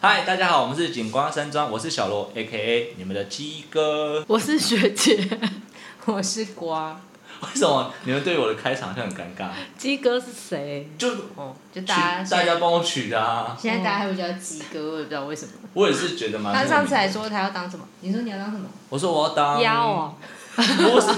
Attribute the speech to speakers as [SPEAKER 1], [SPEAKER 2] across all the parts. [SPEAKER 1] 嗨，大家好，我们是景光山庄，我是小罗，A K A 你们的鸡哥。
[SPEAKER 2] 我是学 姐，
[SPEAKER 3] 我是瓜，
[SPEAKER 1] 为什么你们对我的开场就很尴尬？
[SPEAKER 2] 鸡哥是谁？
[SPEAKER 1] 就
[SPEAKER 3] 哦，就
[SPEAKER 1] 取
[SPEAKER 3] 大家
[SPEAKER 1] 大家帮我取的啊！
[SPEAKER 3] 现在大家还会叫鸡哥，我也不知道为什么。
[SPEAKER 1] 我也是觉得蛮莫名
[SPEAKER 3] 他
[SPEAKER 1] 的。
[SPEAKER 3] 上次还说他啊要当什么？你说你要当什么？
[SPEAKER 1] 我说我要当
[SPEAKER 2] 妖哦，
[SPEAKER 1] 不 是，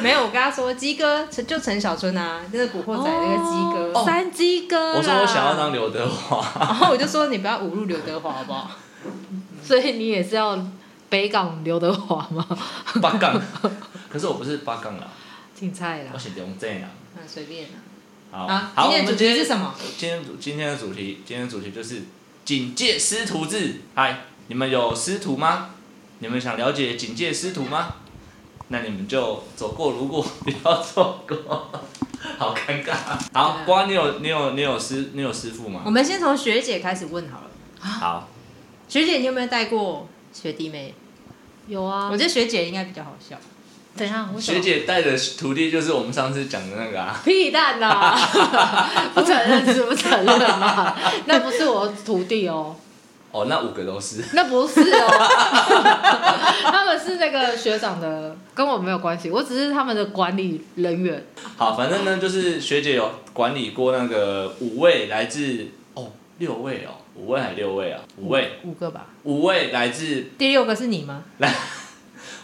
[SPEAKER 3] 没有，我跟他说鸡哥，陈就陈小春啊，就是《古惑仔》那个鸡哥。
[SPEAKER 2] 哦三鸡哥啦。
[SPEAKER 1] 我说我想要当刘德华，
[SPEAKER 3] 然后我就说你不要侮辱刘德华好 不好？
[SPEAKER 2] 所以你也是要北港刘德华 吗？
[SPEAKER 1] 八杠。可是我不是八杠啦，
[SPEAKER 2] 挺菜
[SPEAKER 1] 我
[SPEAKER 2] 啦。
[SPEAKER 1] 是龙正啊。
[SPEAKER 3] 嗯，随便啦。
[SPEAKER 1] 好，好，
[SPEAKER 3] 好，
[SPEAKER 1] 我
[SPEAKER 3] 啊今天的
[SPEAKER 1] 们
[SPEAKER 3] 主
[SPEAKER 1] 今
[SPEAKER 3] 题
[SPEAKER 1] 天
[SPEAKER 3] 是什么？
[SPEAKER 1] 今天主今天的主题，今天的主题就是警戒师徒制。嗨，你们有师徒吗？你们想了解警戒师徒吗？那你们就走过路过， 不要错过。 好尴尬。好，瓜，你有你有你有师你有师傅
[SPEAKER 3] 我
[SPEAKER 1] 吗？
[SPEAKER 3] 们先从学姐开始问好了。
[SPEAKER 1] 好，
[SPEAKER 3] 学姐，你有没有带过学弟妹？
[SPEAKER 2] 有
[SPEAKER 1] 嗯
[SPEAKER 2] 啊
[SPEAKER 3] 我，觉得学姐应该比较好笑。
[SPEAKER 2] 等一下，我
[SPEAKER 1] 学姐带的徒弟就是我们上次讲的那个啊。
[SPEAKER 2] 屁蛋呐！ 不承认是不承认嘛？ 那不是我徒弟哦，
[SPEAKER 1] 哦，那五个都是。
[SPEAKER 2] 那不是哦， 他们是那个学长的，跟我没有关系，我只是他们的管理人员。
[SPEAKER 1] 好，反正呢，就是学姐有管理过那个五位来自哦六位哦五位还六位啊五位
[SPEAKER 3] 五个吧。
[SPEAKER 1] 五位来自
[SPEAKER 3] 第六个是你吗？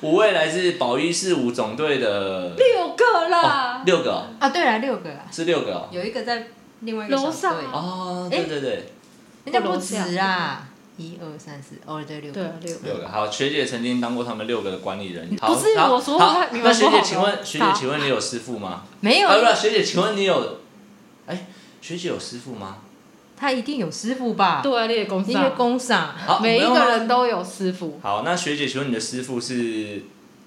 [SPEAKER 1] 五位来自保一四五总队的
[SPEAKER 2] 六个
[SPEAKER 1] 哦，六个哦
[SPEAKER 3] 啊，对了，六个啦，
[SPEAKER 1] 是六个哦。
[SPEAKER 3] 有一个在另外一个小
[SPEAKER 2] 楼上
[SPEAKER 3] 队
[SPEAKER 1] 哦，对对对，
[SPEAKER 3] 啊人家不止啊，一二三四，哦，对，六
[SPEAKER 2] 对啊
[SPEAKER 3] 个，，
[SPEAKER 2] 六
[SPEAKER 1] 六个。好，学姐曾经当过他们六个的管理人员。好
[SPEAKER 2] 不是
[SPEAKER 1] 然后
[SPEAKER 2] 我说
[SPEAKER 1] 好
[SPEAKER 2] 他你们
[SPEAKER 1] 那学
[SPEAKER 2] 说
[SPEAKER 1] 姐，
[SPEAKER 2] 好
[SPEAKER 1] 请
[SPEAKER 2] 了
[SPEAKER 1] 问学姐
[SPEAKER 2] 好，
[SPEAKER 1] 请问你有师傅吗？
[SPEAKER 3] 没有
[SPEAKER 1] 啊，，不是，学姐，请问你有？哎，学姐有师傅吗？
[SPEAKER 3] 他一定有师傅吧？哦
[SPEAKER 2] 对啊，列公司
[SPEAKER 3] 因为啊工赏，
[SPEAKER 1] 好，
[SPEAKER 2] 每一
[SPEAKER 1] 没有吗
[SPEAKER 2] 个人。都有师傅。
[SPEAKER 1] 好，那学姐，请问你的师傅是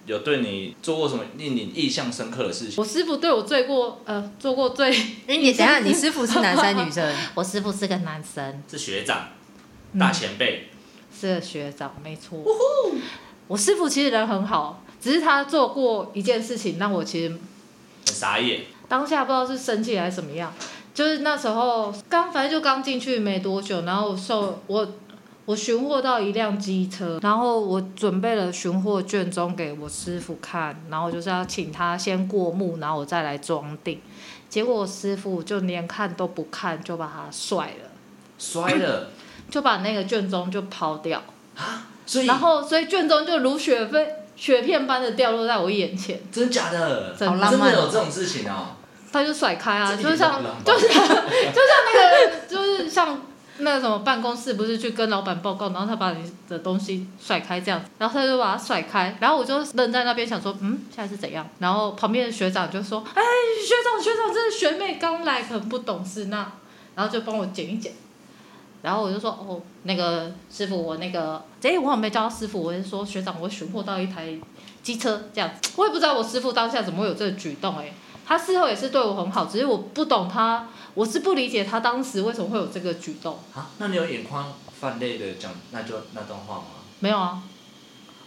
[SPEAKER 1] 有对你做过什么令你印象深刻的事情？
[SPEAKER 2] 我师傅对我最过呃做过最，
[SPEAKER 3] 哎，你等一下，你师 傅是男生女生？
[SPEAKER 2] 我师傅是个男生，
[SPEAKER 1] 是学长，大前辈。
[SPEAKER 2] 是个学长，没错。我师傅其实人很好，只是他做过一件事情让我其实
[SPEAKER 1] 很傻眼，
[SPEAKER 2] 当下不知道是生气还是怎么样，就是那时候刚反正就刚进去没多久，然后我受我我寻获到一辆机车，然后我准备了寻获卷宗给我师傅看，然后就是要请他先过目，然后我再来装订。结果我师傅就连看都不看，就把它甩了，
[SPEAKER 1] 摔
[SPEAKER 2] 嗯
[SPEAKER 1] 了，啊
[SPEAKER 2] 就把那个卷宗就抛掉，
[SPEAKER 1] 所以
[SPEAKER 2] 然后所以卷宗就如雪飞雪片般的掉落在我眼前，
[SPEAKER 1] 真假的，
[SPEAKER 2] 真的
[SPEAKER 3] 好浪漫
[SPEAKER 1] 真的有
[SPEAKER 3] 哦
[SPEAKER 1] 这种事情哦。
[SPEAKER 2] 他就甩开啊，
[SPEAKER 1] 这
[SPEAKER 2] 就
[SPEAKER 1] 点
[SPEAKER 2] 像
[SPEAKER 1] 都不浪漫
[SPEAKER 2] 就是就像那个，就是像那个什么办公室，不是去跟老板报告，然后他把你的东西甩开这样，然后他就把它甩开，然后我就愣在那边想说，嗯，现在是怎样？然后旁边的学长就说，哎，学长学长，这是学妹刚来，可能不懂事那，然后就帮我剪一剪。然后我就说哦，那个师傅，我那个，哎，我好像没叫他师傅，我是说学长，我寻获到一台机车这样，我也不知道我师傅当下怎么会有这个举动哎、他事后也是对我很好，只是我不懂他我是不理解他当时为什么会有这个举动。
[SPEAKER 1] 啊，那你有眼眶泛泪的讲那就那段话吗？
[SPEAKER 2] 没有啊，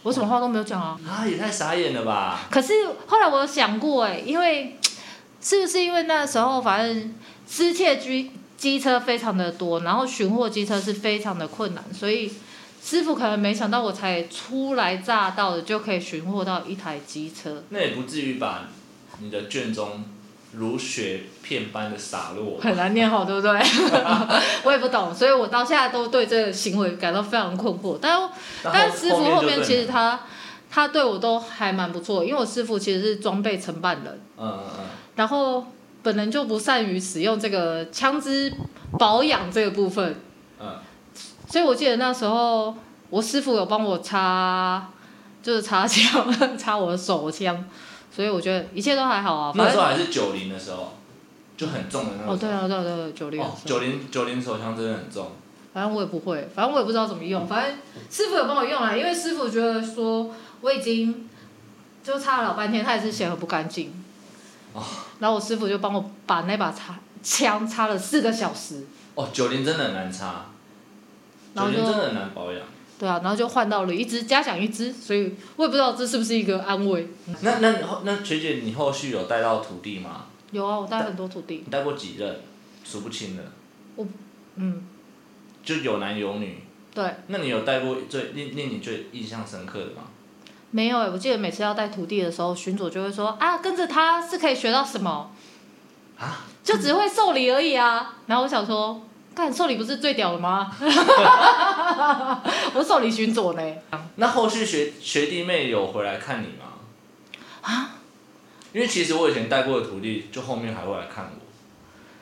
[SPEAKER 2] 我什么话都没有讲啊。
[SPEAKER 1] 啊，也太傻眼了吧！
[SPEAKER 2] 可是后来我有想过、哎，因为是不是因为那时候反正失窃机机车非常的多，然后寻获机车是非常的困难，所以师傅可能没想到我才初来乍到的就可以寻获到一台机车。
[SPEAKER 1] 那也不至于把你的卷宗如雪片般的洒落。
[SPEAKER 2] 很难念好，对不 对？我也不懂，所以我到现在都对这个行为感到非常困惑。但但师傅后
[SPEAKER 1] 面
[SPEAKER 2] 面
[SPEAKER 1] 就
[SPEAKER 2] 其
[SPEAKER 1] 对
[SPEAKER 2] 实
[SPEAKER 1] 了
[SPEAKER 2] 他他对我都还蛮不错，因为我师傅其实是装备承办人，
[SPEAKER 1] 嗯嗯嗯，
[SPEAKER 2] 然后本人就不善于使用这个枪支保养这个部分，
[SPEAKER 1] 嗯，
[SPEAKER 2] 所以我记得那时候我师傅有帮我擦，就是擦枪， 擦我的手枪，所以我觉得一切都还好啊。
[SPEAKER 1] 那
[SPEAKER 2] 反
[SPEAKER 1] 时候
[SPEAKER 2] 正
[SPEAKER 1] 还是九零的时候，就很重的那个
[SPEAKER 2] 哦，
[SPEAKER 1] 时
[SPEAKER 2] 对
[SPEAKER 1] 候。
[SPEAKER 2] 啊，对啊，对啊，九六、
[SPEAKER 1] 哦，九零九零手枪真的很重。
[SPEAKER 2] 反正我也不会，反正我也不知道怎么用，反正师傅有帮我用啦，啊因为师傅觉得说我已经就擦了老半天，他也是嫌我不干净。
[SPEAKER 1] 哦
[SPEAKER 2] 然后我师傅就帮我把那把擦枪擦了四个小时，
[SPEAKER 1] 哦，九零真的很难擦，
[SPEAKER 2] 然
[SPEAKER 1] 九
[SPEAKER 2] 后
[SPEAKER 1] 零
[SPEAKER 2] 就
[SPEAKER 1] 真的很难保养。
[SPEAKER 2] 对啊，然后就换到了一支，加奖一支，所以我也不知道这是不是一个安慰。
[SPEAKER 1] 那那那那学姐，你后续有带到徒弟吗？
[SPEAKER 2] 有啊，我带很多徒弟，
[SPEAKER 1] 你带过几任？数不清了。
[SPEAKER 2] 嗯，
[SPEAKER 1] 就有男有女。
[SPEAKER 2] 对，
[SPEAKER 1] 那你有带过最令令你最印象深刻的吗？
[SPEAKER 2] 没有哎、我记得每次要带徒弟的时候，巡佐就会说啊，跟着他是可以学到什么，
[SPEAKER 1] 啊？
[SPEAKER 2] 就只会受理而已啊。然后我想说，干受理不是最屌的吗？ 我受理巡佐呢，
[SPEAKER 1] 那后续学学弟妹有回来看你吗？
[SPEAKER 2] 啊
[SPEAKER 1] 因为其实我以前带过的徒弟，就后面还会来看我。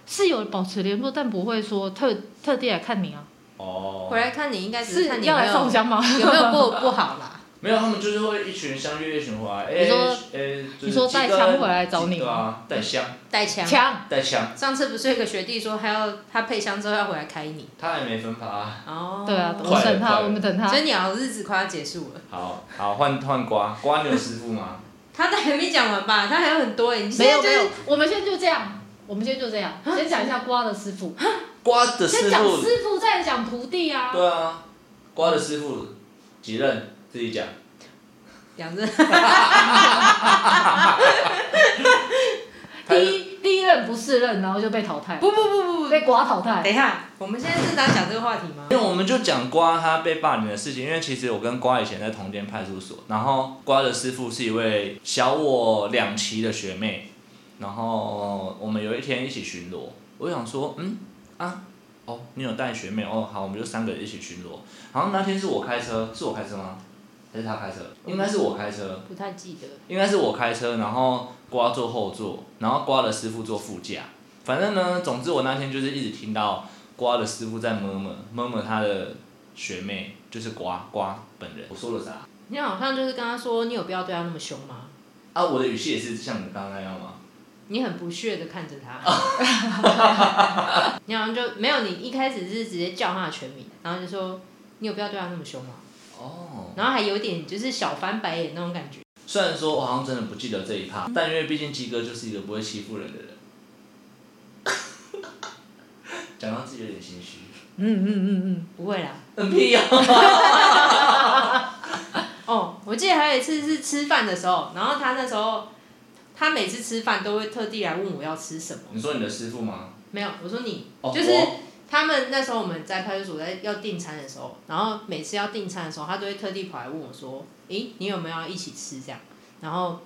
[SPEAKER 2] 是有保持联络，但不会说特特地来看你啊，
[SPEAKER 1] 哦。
[SPEAKER 3] 回来看你应该只
[SPEAKER 2] 是
[SPEAKER 3] 看你有
[SPEAKER 2] 要
[SPEAKER 3] 没
[SPEAKER 2] 来
[SPEAKER 3] 有
[SPEAKER 2] 上香吗？
[SPEAKER 3] 有没有过不好啦。
[SPEAKER 1] 没有，他们就是会一群相约，一群回来。哎、
[SPEAKER 2] 你说
[SPEAKER 1] 哎、就是
[SPEAKER 2] 你说带
[SPEAKER 1] 鸡哥
[SPEAKER 2] 枪回来找你
[SPEAKER 1] 对啊，带枪，
[SPEAKER 3] 带枪。
[SPEAKER 2] 枪，
[SPEAKER 1] 带枪，
[SPEAKER 3] 上次不是有一个学弟说他要他配枪之后要回来开你
[SPEAKER 1] 他还没分发、啊。
[SPEAKER 3] 哦
[SPEAKER 2] 对啊，我
[SPEAKER 1] 快了
[SPEAKER 2] 们等
[SPEAKER 1] 快
[SPEAKER 2] 他，
[SPEAKER 1] 了
[SPEAKER 2] 我们等他
[SPEAKER 3] 所。以你好日子快要结束了，
[SPEAKER 1] 好好换换瓜，瓜你有师傅吗？
[SPEAKER 3] 他的还没讲完吧？他还有很多哎，你现
[SPEAKER 2] 没有
[SPEAKER 3] 在就是
[SPEAKER 2] 没有，啊我们现在就这样，我们现在就这样，先讲一下瓜的师傅，
[SPEAKER 1] 瓜的
[SPEAKER 2] 先
[SPEAKER 1] 师
[SPEAKER 2] 讲
[SPEAKER 1] 傅，
[SPEAKER 2] 师傅，再讲徒弟啊。
[SPEAKER 1] 对啊，瓜的师傅几任自己讲。
[SPEAKER 3] 两任，
[SPEAKER 1] 他
[SPEAKER 2] 第一第一任不是任，然后就被淘汰，
[SPEAKER 3] 不不不不不，
[SPEAKER 2] 被瓜淘
[SPEAKER 3] 等
[SPEAKER 2] 汰。
[SPEAKER 3] 一下，我们现在正在讲这个话题吗？
[SPEAKER 1] 因为我们就讲瓜他被霸凌的事情，因为其实我跟瓜以前在同间派出所，然后瓜的师傅是一位小我两期的学妹，然后我们有一天一起巡逻，我想说，嗯啊，哦，你有带学妹哦，好，我们就三个人一起巡逻。好像那天是我开车，是我开车吗？还是他开车？应该是我开车，
[SPEAKER 3] 不太记得，
[SPEAKER 1] 应该是我开车，然后瓜坐后座，然后瓜的师傅坐副驾。反正呢，总之我那天就是一直听到瓜的师傅在摸摸摸摸他的学妹，就是瓜瓜本人。我说了啥？
[SPEAKER 3] 你好像就是跟他说你有必要对他那么凶吗？
[SPEAKER 1] 啊，我的语气也是像你刚刚那样吗？
[SPEAKER 3] 你很不屑的看着他，你好像就没有你一开始是直接叫他的全名，然后就说你有必要对他那么凶吗？
[SPEAKER 1] 哦，
[SPEAKER 3] 然后还有点就是小翻白眼那种感觉。
[SPEAKER 1] 虽然说我好像真的不记得这一趴，但因为毕竟鸡哥就是一个不会欺负人的人，讲到自己有点心虚。
[SPEAKER 2] 嗯嗯嗯嗯，
[SPEAKER 3] 不会啦，
[SPEAKER 1] 嗯屁呀、
[SPEAKER 3] 哦，我记得还有一次是吃饭的时候，然后他那时候，他每次吃饭都会特地来问我要吃什么。
[SPEAKER 1] 你说你的师傅吗？
[SPEAKER 3] 没有，我说你，
[SPEAKER 1] 哦，
[SPEAKER 3] 就是
[SPEAKER 1] 我
[SPEAKER 3] 他们那时候我们在派出所在要订餐的时候，然后每次要订餐的时候，他都会特地跑来问我说：“诶，你有没有要一起吃？”这样，然后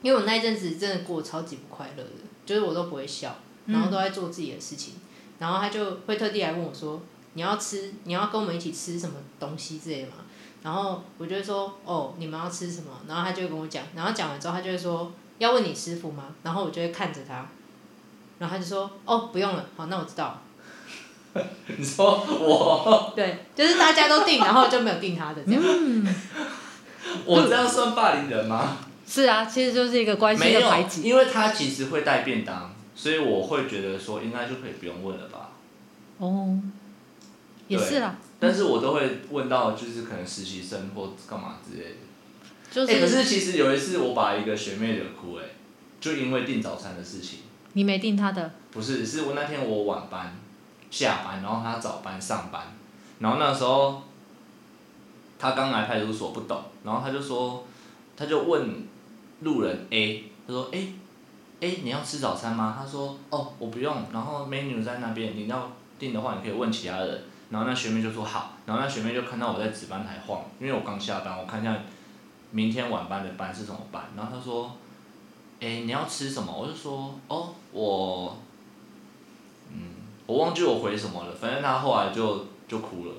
[SPEAKER 3] 因为我那一阵子真的过得超级不快乐的，就是我都不会笑，
[SPEAKER 2] 嗯
[SPEAKER 3] 然后都在做自己的事情，然后他就会特地来问我说：“你要吃？你要跟我们一起吃什么东西之类的吗？”然后我就会说：“哦，你们要吃什么？”然后他就会跟我讲，然后讲完之后他就会说：“要问你师傅吗？”然后我就会看着他，然后他就说：“哦，不用了，好，那我知道了。”
[SPEAKER 1] 你说我
[SPEAKER 3] 对，就是大家都定，然后就没有定他的
[SPEAKER 2] 嗯
[SPEAKER 3] 这样。嗯
[SPEAKER 1] 我这样算霸凌人吗？
[SPEAKER 2] 是啊，其实就是一个关系
[SPEAKER 1] 没
[SPEAKER 2] 的
[SPEAKER 1] 有
[SPEAKER 2] 排，挤。
[SPEAKER 1] 因为他其实会带便当，所以我会觉得说应该就可以不用问了吧。
[SPEAKER 2] 哦，也是啦，
[SPEAKER 1] 但是我都会问到，就是可能实习生或干嘛之类的。
[SPEAKER 2] 就
[SPEAKER 1] 哎、可
[SPEAKER 2] 是
[SPEAKER 1] 是其实有一次我把一个学妹惹哭、哎，就因为订早餐的事情，
[SPEAKER 2] 你没定他的，
[SPEAKER 1] 不是，是我那天我晚班下班，然后她早班上班，然后那时候她刚来派出所不懂，然后她就说，她就问路人 A，她说，哎、哎，你要吃早餐吗？她说，哦，我不用，然后 menu 在那边，你要订的话你可以问其他人。然后那学妹就说好，然后那学妹就看到我在值班台晃，因为我刚下班，我看一下明天晚班的班是什么班，然后她说，哎，你要吃什么？我就说，哦，我我忘记我回什么了，反正他后来就就哭了。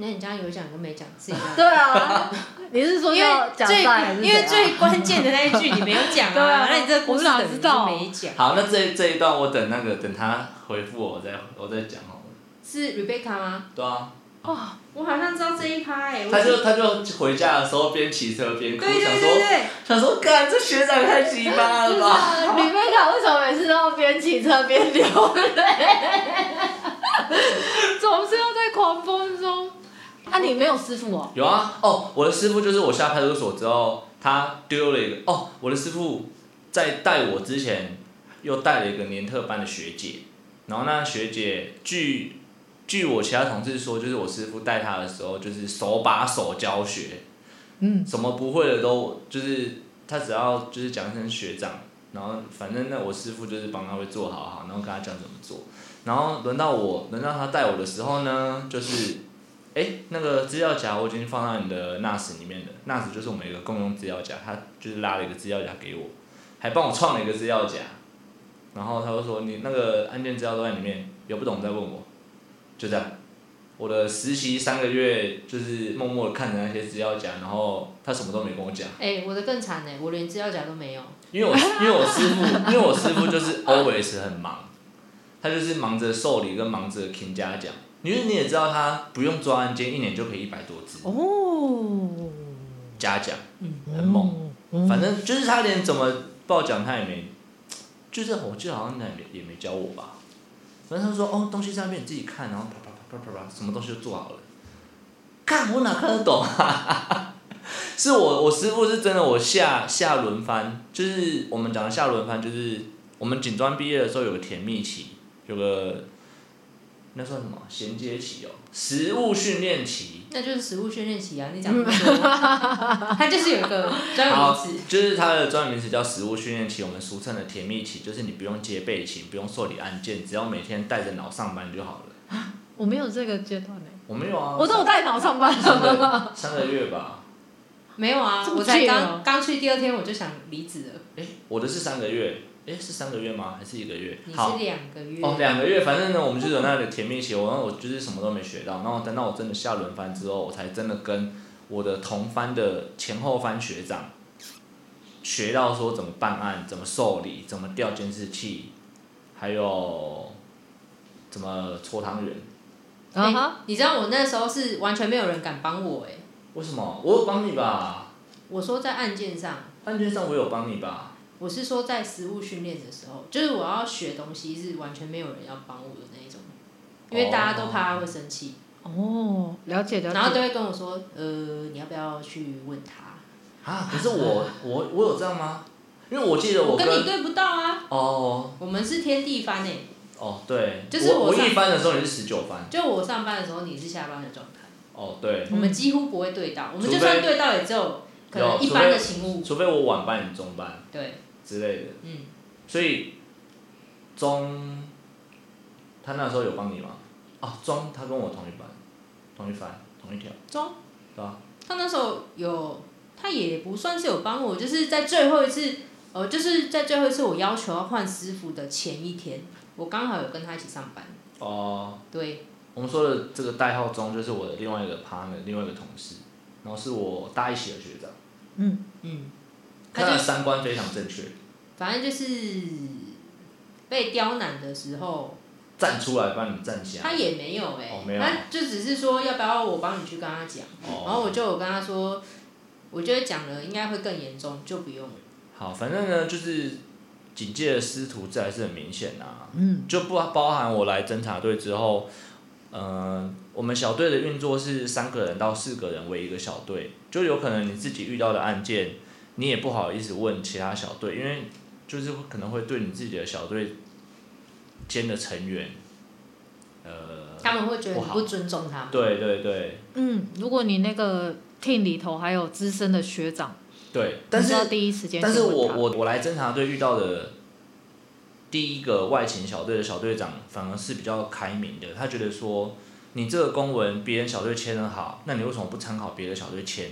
[SPEAKER 3] 那你这样有讲跟没讲自己
[SPEAKER 2] 对啊，你是说
[SPEAKER 3] 因为
[SPEAKER 2] 要讲
[SPEAKER 3] 最
[SPEAKER 2] 在还是
[SPEAKER 3] 因
[SPEAKER 2] 怎
[SPEAKER 3] 为
[SPEAKER 2] 样
[SPEAKER 3] 最关键的那一句你没有 讲
[SPEAKER 2] 对啊
[SPEAKER 3] 那你这个故事等于
[SPEAKER 2] 我哪知
[SPEAKER 3] 是
[SPEAKER 2] 道
[SPEAKER 3] 没讲。
[SPEAKER 1] 好，那这这一段我等那个等他回复我我再我再讲好了。
[SPEAKER 3] 是 Rebecca 吗？
[SPEAKER 1] 对啊，
[SPEAKER 2] 哇，
[SPEAKER 3] 我好像知道这一趴哎、我
[SPEAKER 1] 他就他就回家的时候边骑车边哭，
[SPEAKER 3] 对对
[SPEAKER 1] 想
[SPEAKER 3] 对
[SPEAKER 1] 说
[SPEAKER 3] 对，啊
[SPEAKER 1] 想说，干这学长也太鸡巴 了吧！
[SPEAKER 2] 李贝卡为什么每次都要边骑车边流泪？ 总是要在狂风中。啊，你没有师傅哦？
[SPEAKER 1] 有啊，哦，我的师傅就是我下派出所之后，他丢了一个哦，我的师傅在带我之前又带了一个年特班的学姐，然后那学姐据据我其他同事说，就是我师傅带她的时候，就是手把手教学，
[SPEAKER 2] 嗯，
[SPEAKER 1] 什么不会的都就是他只要就是讲一声学长，然后反正那我师傅就是帮他会做好好，然后跟他讲怎么做。然后轮到我，轮到他带我的时候呢，就是，哎，那个资料夹我已经放到你的 NAS 里面了，NAS 就是我们一个共用资料夹，他就是拉了一个资料夹给我，还帮我创了一个资料夹。然后他就说你那个案件资料都在里面，有不懂再问我，就这样。我的实习三个月就是默默的看着那些资料夹，然后他什么都没跟我讲。
[SPEAKER 3] 哎、我的更惨呢、我连资料夹都没有。
[SPEAKER 1] 因为我因为我师傅，因为我师傅就是 always 很忙，他就是忙着受理跟忙着评价奖，因为你也知道他不用抓案件，一年就可以一百多只
[SPEAKER 2] 哦，
[SPEAKER 1] 嘉奖，很猛。
[SPEAKER 2] 嗯
[SPEAKER 1] 反正就是他连怎么报奖他也没，就是我记得好像他也没也没教我吧。反正他说哦东西在那边你自己看，然后啪啪啪啪啪啪，什么东西都做好了。看我哪看得懂啊？ 是我我师傅是真的，我下下轮番就是我们讲的下轮番，就是我们警专毕业的时候有个甜蜜期，有个那算什么衔接期哦，实物训练期。
[SPEAKER 3] 那就是实物训练期啊，你讲那么 多，它就是有一个专有名
[SPEAKER 1] 好
[SPEAKER 3] 词。，
[SPEAKER 1] 就是它的专有名词叫实物训练期，我们俗称的甜蜜期，就是你不用接备勤，不用受理案件，只要每天带着脑上班就好了。
[SPEAKER 2] 我没有这个阶段呢，
[SPEAKER 1] 我没有
[SPEAKER 3] 哦
[SPEAKER 1] 啊，
[SPEAKER 2] 我都有带脑上班
[SPEAKER 1] 三个三个月吧，
[SPEAKER 3] 没有啊
[SPEAKER 2] 这，么
[SPEAKER 3] 我才
[SPEAKER 2] 贱
[SPEAKER 3] 刚
[SPEAKER 2] 哦
[SPEAKER 3] 刚去第二天我就想离职了。
[SPEAKER 1] 诶，我的是三个月，诶，是三个月吗？还是一个月
[SPEAKER 3] 你？是
[SPEAKER 1] 好。
[SPEAKER 3] 两个月，欸
[SPEAKER 1] 哦，两个月，反正呢，我们就是有那个甜蜜期，我我就是什么都没学到，然后等到我真的下轮番之后，我才真的跟我的同番的前后番学长学到说怎么办案、怎么受理、怎么调监视器，还有怎么搓汤圆。
[SPEAKER 2] 啊
[SPEAKER 3] 哎
[SPEAKER 2] 哈，
[SPEAKER 3] 你知道我那时候是完全没有人敢帮我哎、
[SPEAKER 1] 为什么？我有帮你吧？
[SPEAKER 3] 我说在案件上，
[SPEAKER 1] 案件上我有帮你吧？
[SPEAKER 3] 我是说在实物训练的时候，就是我要学东西是完全没有人要帮我的那一种，因为大家都怕他会生气，
[SPEAKER 2] 哦，了解了
[SPEAKER 3] 哎然后
[SPEAKER 2] 解，
[SPEAKER 3] 都会跟我说，呃，你要不要去问他？
[SPEAKER 1] 啊，可是 我我我有这样吗？因为我记得我
[SPEAKER 3] 我
[SPEAKER 1] 跟
[SPEAKER 3] 跟你对不到啊，
[SPEAKER 1] 哦
[SPEAKER 3] 我们是天地翻诶、
[SPEAKER 1] 哦对，
[SPEAKER 3] 就是
[SPEAKER 1] 我
[SPEAKER 3] 我上
[SPEAKER 1] 一班的时候你是十九班，
[SPEAKER 3] 就我上班的时候你是下班的状态，
[SPEAKER 1] 哦对，
[SPEAKER 2] 嗯
[SPEAKER 3] 我们几乎不会对到，我们
[SPEAKER 1] 除
[SPEAKER 3] 就算
[SPEAKER 1] 非
[SPEAKER 3] 对到也只有可
[SPEAKER 1] 有
[SPEAKER 3] 能一
[SPEAKER 1] 除
[SPEAKER 3] 般
[SPEAKER 1] 非
[SPEAKER 3] 的勤务，
[SPEAKER 1] 除非我晚班、你中班
[SPEAKER 3] 对，
[SPEAKER 1] 之类的，
[SPEAKER 3] 嗯，
[SPEAKER 1] 所以中他那时候有帮你吗？哦，中他跟我同一班，同一班，同一条，
[SPEAKER 3] 中
[SPEAKER 1] 对啊吧？
[SPEAKER 3] 他那时候有，他也不算是有帮我，就是在最后一次，呃，就是在最后一次我要求要换师傅的前一天，我刚好有跟他一起上班。
[SPEAKER 1] 哦，
[SPEAKER 3] 对，
[SPEAKER 1] 我们说的这个代号中就是我的另外一个 partner，另外一个同事，然后是我大一起的学长，
[SPEAKER 2] 嗯，
[SPEAKER 3] 嗯，他
[SPEAKER 1] 他的
[SPEAKER 3] 就
[SPEAKER 1] 三观非常正确，
[SPEAKER 3] 反正就是被刁难的时候，
[SPEAKER 1] 站出来帮你站起来。
[SPEAKER 3] 他也没有哎、
[SPEAKER 1] 哦没有
[SPEAKER 3] 他就只是说要不要我帮你去跟他讲，
[SPEAKER 1] 哦
[SPEAKER 3] 然后我就有跟他说，我觉得讲了应该会更严重，就不用了。
[SPEAKER 1] 好，反正呢就是警戒的师徒制还是很明显啊，
[SPEAKER 2] 嗯，
[SPEAKER 1] 就不包含我来侦查队之后，嗯、我们小队的运作是三个人到四个人为一个小队，就有可能你自己遇到的案件，你也不好意思问其他小队，因为就是可能会对你自己的小队间的成员，呃，
[SPEAKER 3] 他们会觉得
[SPEAKER 1] 不
[SPEAKER 3] 你
[SPEAKER 1] 好
[SPEAKER 3] 不尊重他们。
[SPEAKER 1] 对对对
[SPEAKER 2] 嗯，如果你那个 team 里头还有资深的学长，
[SPEAKER 1] 对，但
[SPEAKER 2] 你
[SPEAKER 1] 是
[SPEAKER 2] 就要第一时间
[SPEAKER 1] 但是
[SPEAKER 2] 先问
[SPEAKER 1] 我
[SPEAKER 2] 他
[SPEAKER 1] 我我来侦察队遇到的第一个外勤小队的小队长，反而是比较开明的，他觉得说，你这个公文别人小队签的好，那你为什么不参考别的小队签？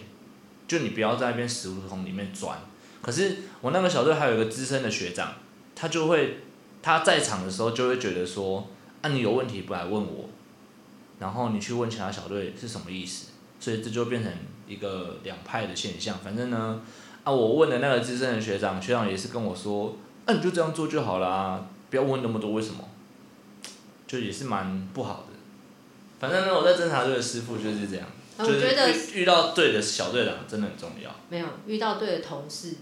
[SPEAKER 1] 就你不要在那边死胡同里面钻。可是我那个小队还有一个资深的学长，他就会他在场的时候就会觉得说，啊你有问题不来问我，然后你去问其他小队是什么意思，所以这就变成一个两派的现象。反正呢，啊，我问的那个资深的学长，学长也是跟我说，那、你就这样做就好啦，不要问那么多为什么，就也是蛮不好的。反正呢，我在侦察队的师傅就是这样，
[SPEAKER 3] 啊
[SPEAKER 1] 就
[SPEAKER 3] 我
[SPEAKER 1] 是
[SPEAKER 3] 觉得
[SPEAKER 1] 遇遇到对的小队长真的很重要。
[SPEAKER 3] 没有遇到对的同事，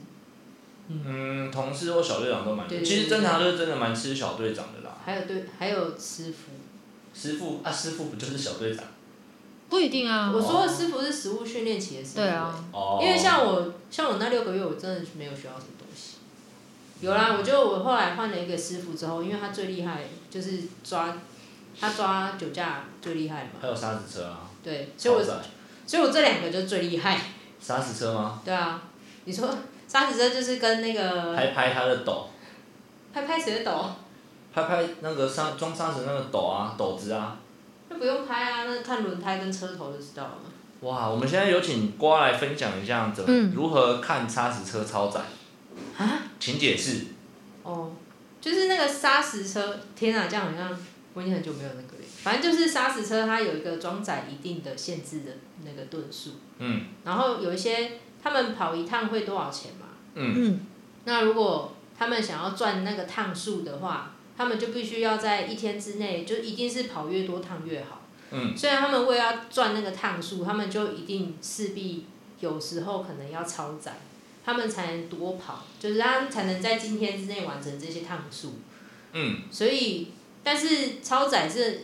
[SPEAKER 1] 嗯，同事或小队长都蛮
[SPEAKER 3] 对，对
[SPEAKER 1] 其实
[SPEAKER 3] 对
[SPEAKER 1] 侦察队真的蛮吃小队长的啦。
[SPEAKER 3] 还有对，还有师傅。
[SPEAKER 1] 师傅啊，师傅不就是小队长？
[SPEAKER 2] 不一定啊
[SPEAKER 3] 我，说的师傅是实物训练期的师傅、欸
[SPEAKER 2] 对啊，
[SPEAKER 1] 哦，
[SPEAKER 3] 因为像我像我那六个月，我真的没有学到什么东西。有啦，我就我后来换了一个师傅之后，因为他最厉害，就是抓他抓酒驾最厉害嘛，
[SPEAKER 1] 还有砂石车啊，
[SPEAKER 3] 对，所以我
[SPEAKER 1] 超载
[SPEAKER 3] 所以我这两个就最厉害，
[SPEAKER 1] 砂石车吗？
[SPEAKER 3] 对啊，你说沙子车就是跟那个
[SPEAKER 1] 还拍他的斗，
[SPEAKER 3] 拍拍谁的抖？
[SPEAKER 1] 拍拍那个沙装沙子那个斗啊斗子啊。
[SPEAKER 3] 那不用拍啊，那看轮胎跟车头就知道了嘛。
[SPEAKER 1] 哇，我们现在有请瓜来分享一下怎么、
[SPEAKER 2] 嗯
[SPEAKER 1] 如何看砂石车超载，
[SPEAKER 3] 啊？
[SPEAKER 1] 请解释。
[SPEAKER 3] 哦，就是那个砂石车，天啊，这样好像我已经很久没有那个了。反正就是砂石车，它有一个装载一定的限制的那个吨数，
[SPEAKER 1] 嗯
[SPEAKER 3] 然后有一些他们跑一趟会多少钱嘛？
[SPEAKER 1] 嗯
[SPEAKER 2] 嗯，
[SPEAKER 3] 那如果他们想要赚那个趟数的话，他们就必须要在一天之内，就一定是跑越多趟越好。
[SPEAKER 1] 嗯
[SPEAKER 3] 虽然他们为了要赚那个趟数，他们就一定势必有时候可能要超载，他们才能多跑，就是他们才能在今天之内完成这些趟数。
[SPEAKER 1] 嗯，
[SPEAKER 3] 所以，但是超载是，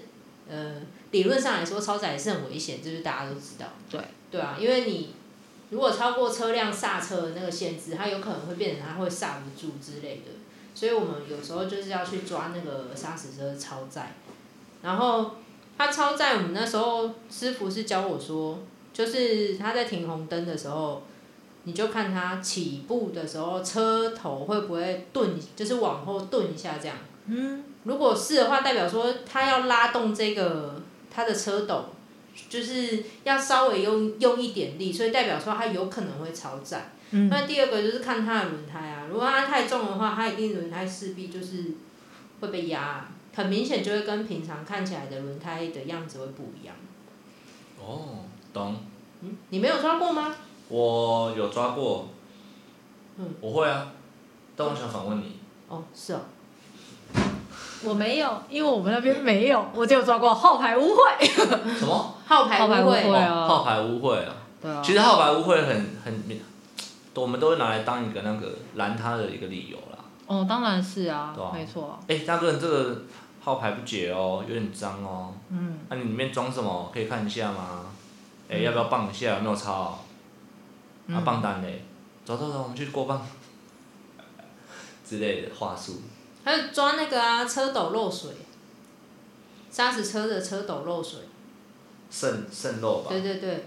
[SPEAKER 3] 呃，理论上来说，超载是很危险，这、就是大家都知道。
[SPEAKER 2] 对。
[SPEAKER 3] 对啊，因为你如果超过车辆刹车的那个限制，它有可能会变成它会刹不住之类的。所以我们有时候就是要去抓那个砂石车超载，然后他超载，我们那时候师傅是教我说，就是他在停红灯的时候，你就看他起步的时候车头会不会顿，就是往后顿一下这样。嗯。如果是的话，代表说他要拉动这个他的车斗，就是要稍微用用一点力，所以代表说他有可能会超载。
[SPEAKER 2] 嗯
[SPEAKER 3] 那第二个就是看它的轮胎啊，如果它太重的话，它一定轮胎势必就是会被压啊，很明显就会跟平常看起来的轮胎的样子会不一样。
[SPEAKER 1] 哦，懂。
[SPEAKER 3] 嗯，你没有抓过吗？
[SPEAKER 1] 我有抓过。
[SPEAKER 3] 嗯。
[SPEAKER 1] 我会啊，但我想反问 你，
[SPEAKER 3] 哦，是哦，
[SPEAKER 2] 我没有，因为我们那边没有，我只有抓过号牌污秽。
[SPEAKER 1] 什么？
[SPEAKER 3] 号牌
[SPEAKER 2] 号牌
[SPEAKER 3] 不
[SPEAKER 2] 不
[SPEAKER 3] 会哦
[SPEAKER 2] 会。啊
[SPEAKER 1] 哦号牌污秽啊。
[SPEAKER 2] 对啊
[SPEAKER 1] 其实号牌污秽很很，我们都会拿来当一个那个拦他的一个理由啦。
[SPEAKER 2] 哦，当然是啊，
[SPEAKER 1] 对啊
[SPEAKER 2] 没错啊，
[SPEAKER 1] 哎、大哥，你这个号牌不解哦，有点脏哦。
[SPEAKER 2] 嗯，
[SPEAKER 1] 那、你里面装什么？可以看一下吗？哎、
[SPEAKER 3] 嗯
[SPEAKER 1] 要不要棒一下？有没有抄？啊，
[SPEAKER 2] 嗯
[SPEAKER 1] 棒单嘞，走走走，我们去过磅之类的话术。
[SPEAKER 3] 还有抓那个啊，车斗漏水，砂石车的车斗漏水。
[SPEAKER 1] 渗渗漏吧
[SPEAKER 3] 对，对对，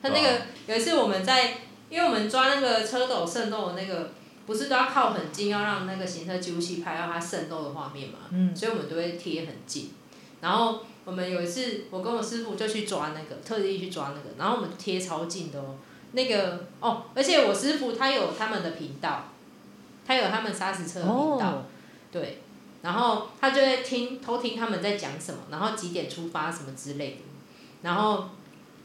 [SPEAKER 3] 他
[SPEAKER 1] 对
[SPEAKER 3] 那
[SPEAKER 1] 啊
[SPEAKER 3] 个有一次我们在，因为我们抓那个车斗渗漏的那个，不是都要靠很近，要让那个行车记录器拍到它渗漏的画面嘛，
[SPEAKER 2] 嗯
[SPEAKER 3] 所以我们都会贴很近。然后我们有一次，我跟我师傅就去抓那个，特地去抓那个，然后我们贴超近的哦。那个哦，而且我师傅他有他们的频道，他有他们砂石车的频道，
[SPEAKER 2] 哦，
[SPEAKER 3] 对，然后他就会听偷听他们在讲什么，然后几点出发什么之类的，然后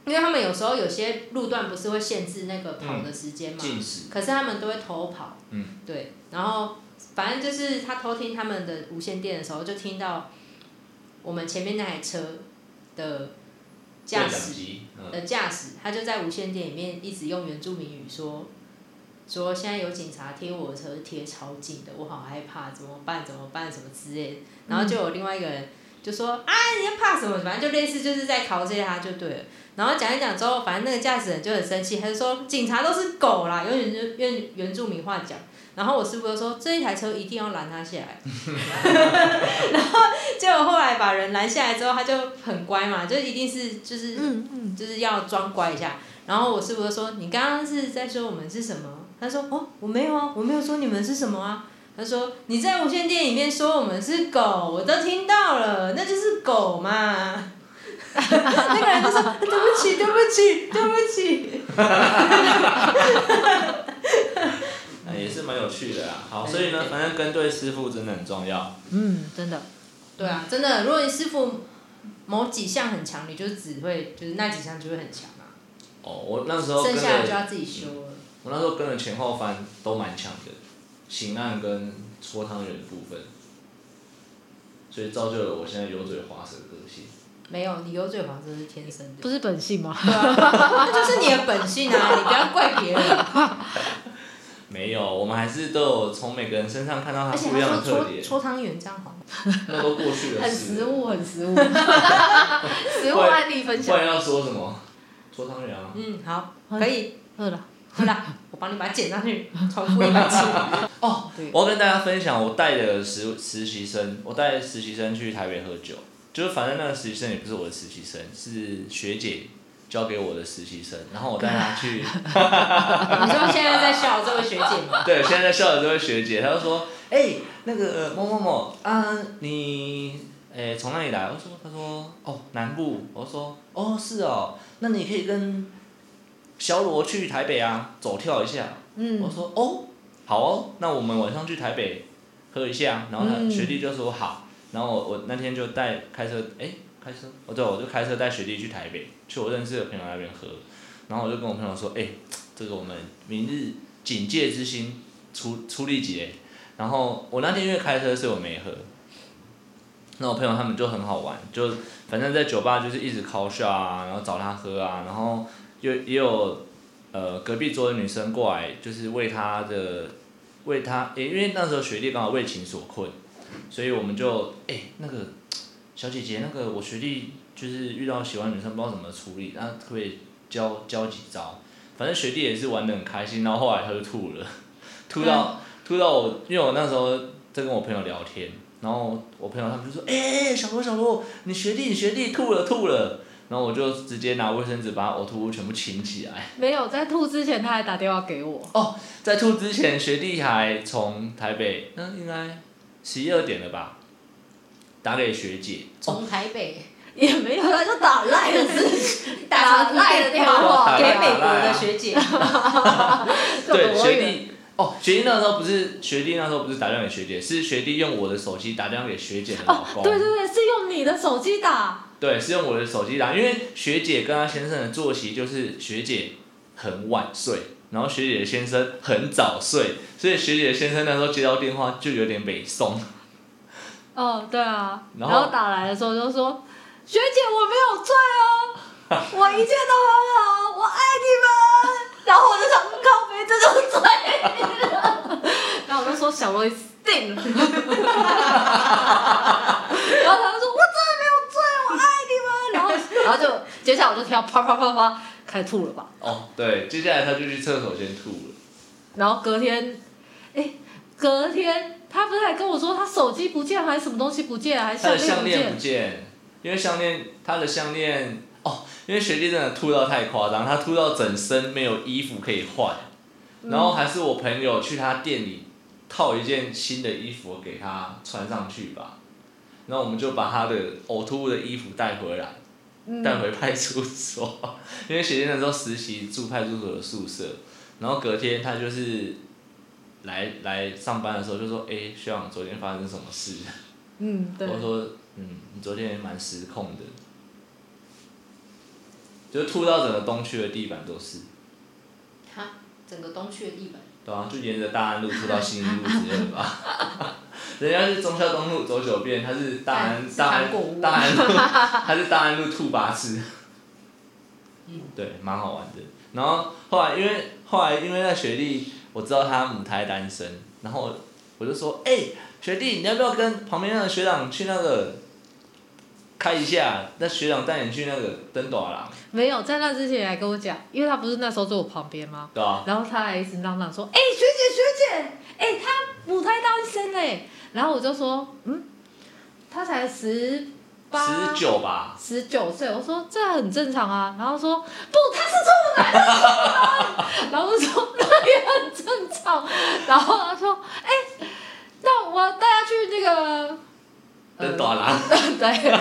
[SPEAKER 3] 因为他们有时候有些路段不是会限制那个跑的时间嘛，
[SPEAKER 1] 嗯进食。
[SPEAKER 3] 可是他们都会偷跑，
[SPEAKER 1] 嗯，
[SPEAKER 3] 对，然后反正就是他偷听他们的无线电的时候，就听到我们前面那台车的驾
[SPEAKER 1] 对讲
[SPEAKER 3] 驶
[SPEAKER 1] 机，嗯，
[SPEAKER 3] 的驾驶，他就在无线电里面一直用原住民语说，说现在有警察贴我的车贴超近的，我好害怕，怎么办？怎么办？什么之类的。然后就有另外一个人就说、啊，你在怕什么？反正就类似就是在考这他就对了。然后讲一讲之后，反正那个驾驶人就很生气，他就说警察都是狗啦，用原住用原住民话讲。然后我师傅就说这一台车一定要拦他下来，然后结果后来把人拦下来之后，他就很乖嘛，就一定是就是
[SPEAKER 2] 嗯嗯，
[SPEAKER 3] 就是要装乖一下。然后我师傅就说：“你刚刚是在说我们是什么？”他说：“哦，我没有啊，我没有说你们是什么啊。”他说：“你在无线电里面说我们是狗，我都听到了，那就是狗嘛。” 那个人就说：“对不起，对不起，对不起。
[SPEAKER 1] 哎也是蛮有趣的啦。好，
[SPEAKER 3] 对
[SPEAKER 1] 所以呢，
[SPEAKER 3] 对
[SPEAKER 1] 反正跟对师傅真的很重要。
[SPEAKER 2] 嗯，真的，”
[SPEAKER 3] 对啊，真的，如果你师傅某几项很强，你就只会就是那几项就会很强啊，
[SPEAKER 1] 哦，我那时候跟
[SPEAKER 3] 剩下的就
[SPEAKER 1] 了，
[SPEAKER 3] 要自己修了。
[SPEAKER 1] 我那时候跟了前后翻都蛮强的，刑案跟搓汤圆的部分，所以造就了我现在油嘴滑舌的个性。
[SPEAKER 3] 没有，你油嘴滑舌是天生的
[SPEAKER 2] 不。是本性 吗？
[SPEAKER 3] 对啊，那就是你的本性啊，你不要怪别人。
[SPEAKER 1] 没有，我们还是都有从每个人身上看到
[SPEAKER 3] 而
[SPEAKER 1] 他
[SPEAKER 3] 且
[SPEAKER 1] 不一样
[SPEAKER 3] 他
[SPEAKER 1] 的特
[SPEAKER 3] 说
[SPEAKER 1] 点
[SPEAKER 3] 搓，搓汤圆这样好，
[SPEAKER 1] 那都过去的
[SPEAKER 2] 很
[SPEAKER 1] 事
[SPEAKER 2] 实
[SPEAKER 1] 了。
[SPEAKER 3] 啊
[SPEAKER 2] 物，很实物，实物案例分
[SPEAKER 1] 不
[SPEAKER 2] 享。
[SPEAKER 1] 然要说什么？搓汤圆啊！
[SPEAKER 3] 嗯，好，可以，
[SPEAKER 2] 饿了，
[SPEAKER 3] 好啦，我帮你把它剪上 去，重复一百次。
[SPEAKER 1] 哦
[SPEAKER 2] 对，
[SPEAKER 1] 我要跟大家分享，我带的实实习生，我带实习生去台北喝酒，就是反正那个实习生也不是我的实习生，是学姐交给我的实习生，然后我带他 去，
[SPEAKER 3] 你说现在在笑这位学姐 吗？
[SPEAKER 1] 对，现在在笑的这位学姐，她就说，哎、那个呃某某某啊，你哎从、哪里来？我说，他说哦南部，我说哦是哦，那你可以跟小罗去台北啊，走跳一下。我
[SPEAKER 3] 嗯，
[SPEAKER 1] 说哦，好哦，那我们晚上去台北喝一下。然后他
[SPEAKER 3] 嗯
[SPEAKER 1] 学弟就说好，然后我我那天就带开车，哎，开车，哦对，我就开车带学弟去台北，去我认识的朋友那边喝。然后我就跟我朋友说，哎，这个我们明日警戒之星出出力节。然后我那天因为开车，所以我没喝。那我朋友他们就很好玩，就反正在酒吧就是一直 call shot 啊，然后找他喝啊，然后又也有呃隔壁桌的女生过来，就是为她的为她，诶、因为那时候学弟刚好为情所困，所以我们就诶、那个小姐姐，那个我学弟就是遇到喜欢的女生不知道怎么处理，那可不可以教教几招？反正学弟也是玩的很开心，然后后来他就吐了，吐到、吐到我，因为我那时候在跟我朋友聊天，然后我朋友他们就说，哎、欸，小罗小罗，你学弟你学弟吐了吐了，然后我就直接拿卫生纸把呕吐物全部清起来。
[SPEAKER 2] 没有在吐之前，他还打电话给我。
[SPEAKER 1] 哦在吐之前，学弟还从台北，嗯，应该十一二点了吧，打给学姐，
[SPEAKER 2] 哦
[SPEAKER 3] 从台北
[SPEAKER 2] 也没有，他就打赖了，
[SPEAKER 3] 打赖的电话
[SPEAKER 1] 打
[SPEAKER 3] 给
[SPEAKER 1] 赖
[SPEAKER 3] 美国
[SPEAKER 1] 打赖
[SPEAKER 3] 的
[SPEAKER 1] 啊
[SPEAKER 3] 学姐，
[SPEAKER 1] 对，学弟，哦，学弟那时候不是学弟那时候不是打电话给学姐，是学弟用我的手机打电话给学姐的老
[SPEAKER 2] 哦，
[SPEAKER 1] 公，
[SPEAKER 2] 对对对，是用你的手机打，
[SPEAKER 1] 对，是用我的手机打，因为学姐跟她先生的作息就是学姐很晚睡，然后学姐的先生很早睡，所以学姐的先生那时候接到电话就有点北宋，
[SPEAKER 2] 哦，对啊，
[SPEAKER 1] 然
[SPEAKER 2] 然
[SPEAKER 1] 后
[SPEAKER 2] 后打来的时候就说，学姐我没有醉 哦，我一切都很好，我爱你们，然后我就想靠背这种醉，然后我就说小罗你死 定了，然后他就说我真的没有醉，我爱你们，然后然后就接下来我就听到啪啪啪啪开始吐了吧。
[SPEAKER 1] 哦，对，接下来他就去厕所先吐了，
[SPEAKER 2] 然后隔天，哎、隔天他不是还跟我说他手机不见，还是什么东西不见，还是
[SPEAKER 1] 他的
[SPEAKER 2] 项
[SPEAKER 1] 项
[SPEAKER 2] 链
[SPEAKER 1] 链
[SPEAKER 2] 不
[SPEAKER 1] 不
[SPEAKER 2] 见？
[SPEAKER 1] 见，因为项链他的项链哦，因为学弟真的吐到太夸张，他吐到整身没有衣服可以换，然后还是我朋友去他店里套一件新的衣服给他穿上去吧，然后我们就把他的呕吐物的衣服带回来，带回派出所，因为学弟那时候实习住派出所的宿舍，然后隔天他就是来来上班的时候就说，哎、学长昨天发生什么事？
[SPEAKER 2] 嗯，对
[SPEAKER 1] 我，说，嗯，你昨天也蛮失控的，就吐到整个东区的地板都是，
[SPEAKER 3] 哈，整个东区的地板，
[SPEAKER 1] 对啊，就沿着大安路吐到新一路之类的吧。 人家是忠孝东路走九遍，他是大安
[SPEAKER 3] 是
[SPEAKER 1] 大
[SPEAKER 3] 糖果屋
[SPEAKER 1] 安大安路，他是大安路吐八次。
[SPEAKER 3] 嗯
[SPEAKER 1] 对，蛮好玩的。然后后来因为后来因为那学弟，我知道他母胎单身，然后我我就说，哎、学弟，你要不要跟旁边那个学长去那个开一下？那学长带你去那个登短廊，
[SPEAKER 2] 没有在那之前还跟我讲，因为他不是那时候坐我旁边吗？
[SPEAKER 1] 对吧、
[SPEAKER 2] 然后他还一直嚷嚷说：“哎、学姐学姐，哎、他母胎单身哎、然后我就说：“嗯，他才十八
[SPEAKER 1] 十九吧，
[SPEAKER 2] 十九岁，我说这很正常啊。然后说不，他是处男，他是处男。然后我说那也很正常。然后他说，哎、那我带他去那个，
[SPEAKER 1] 登短廊，
[SPEAKER 2] 嗯 对，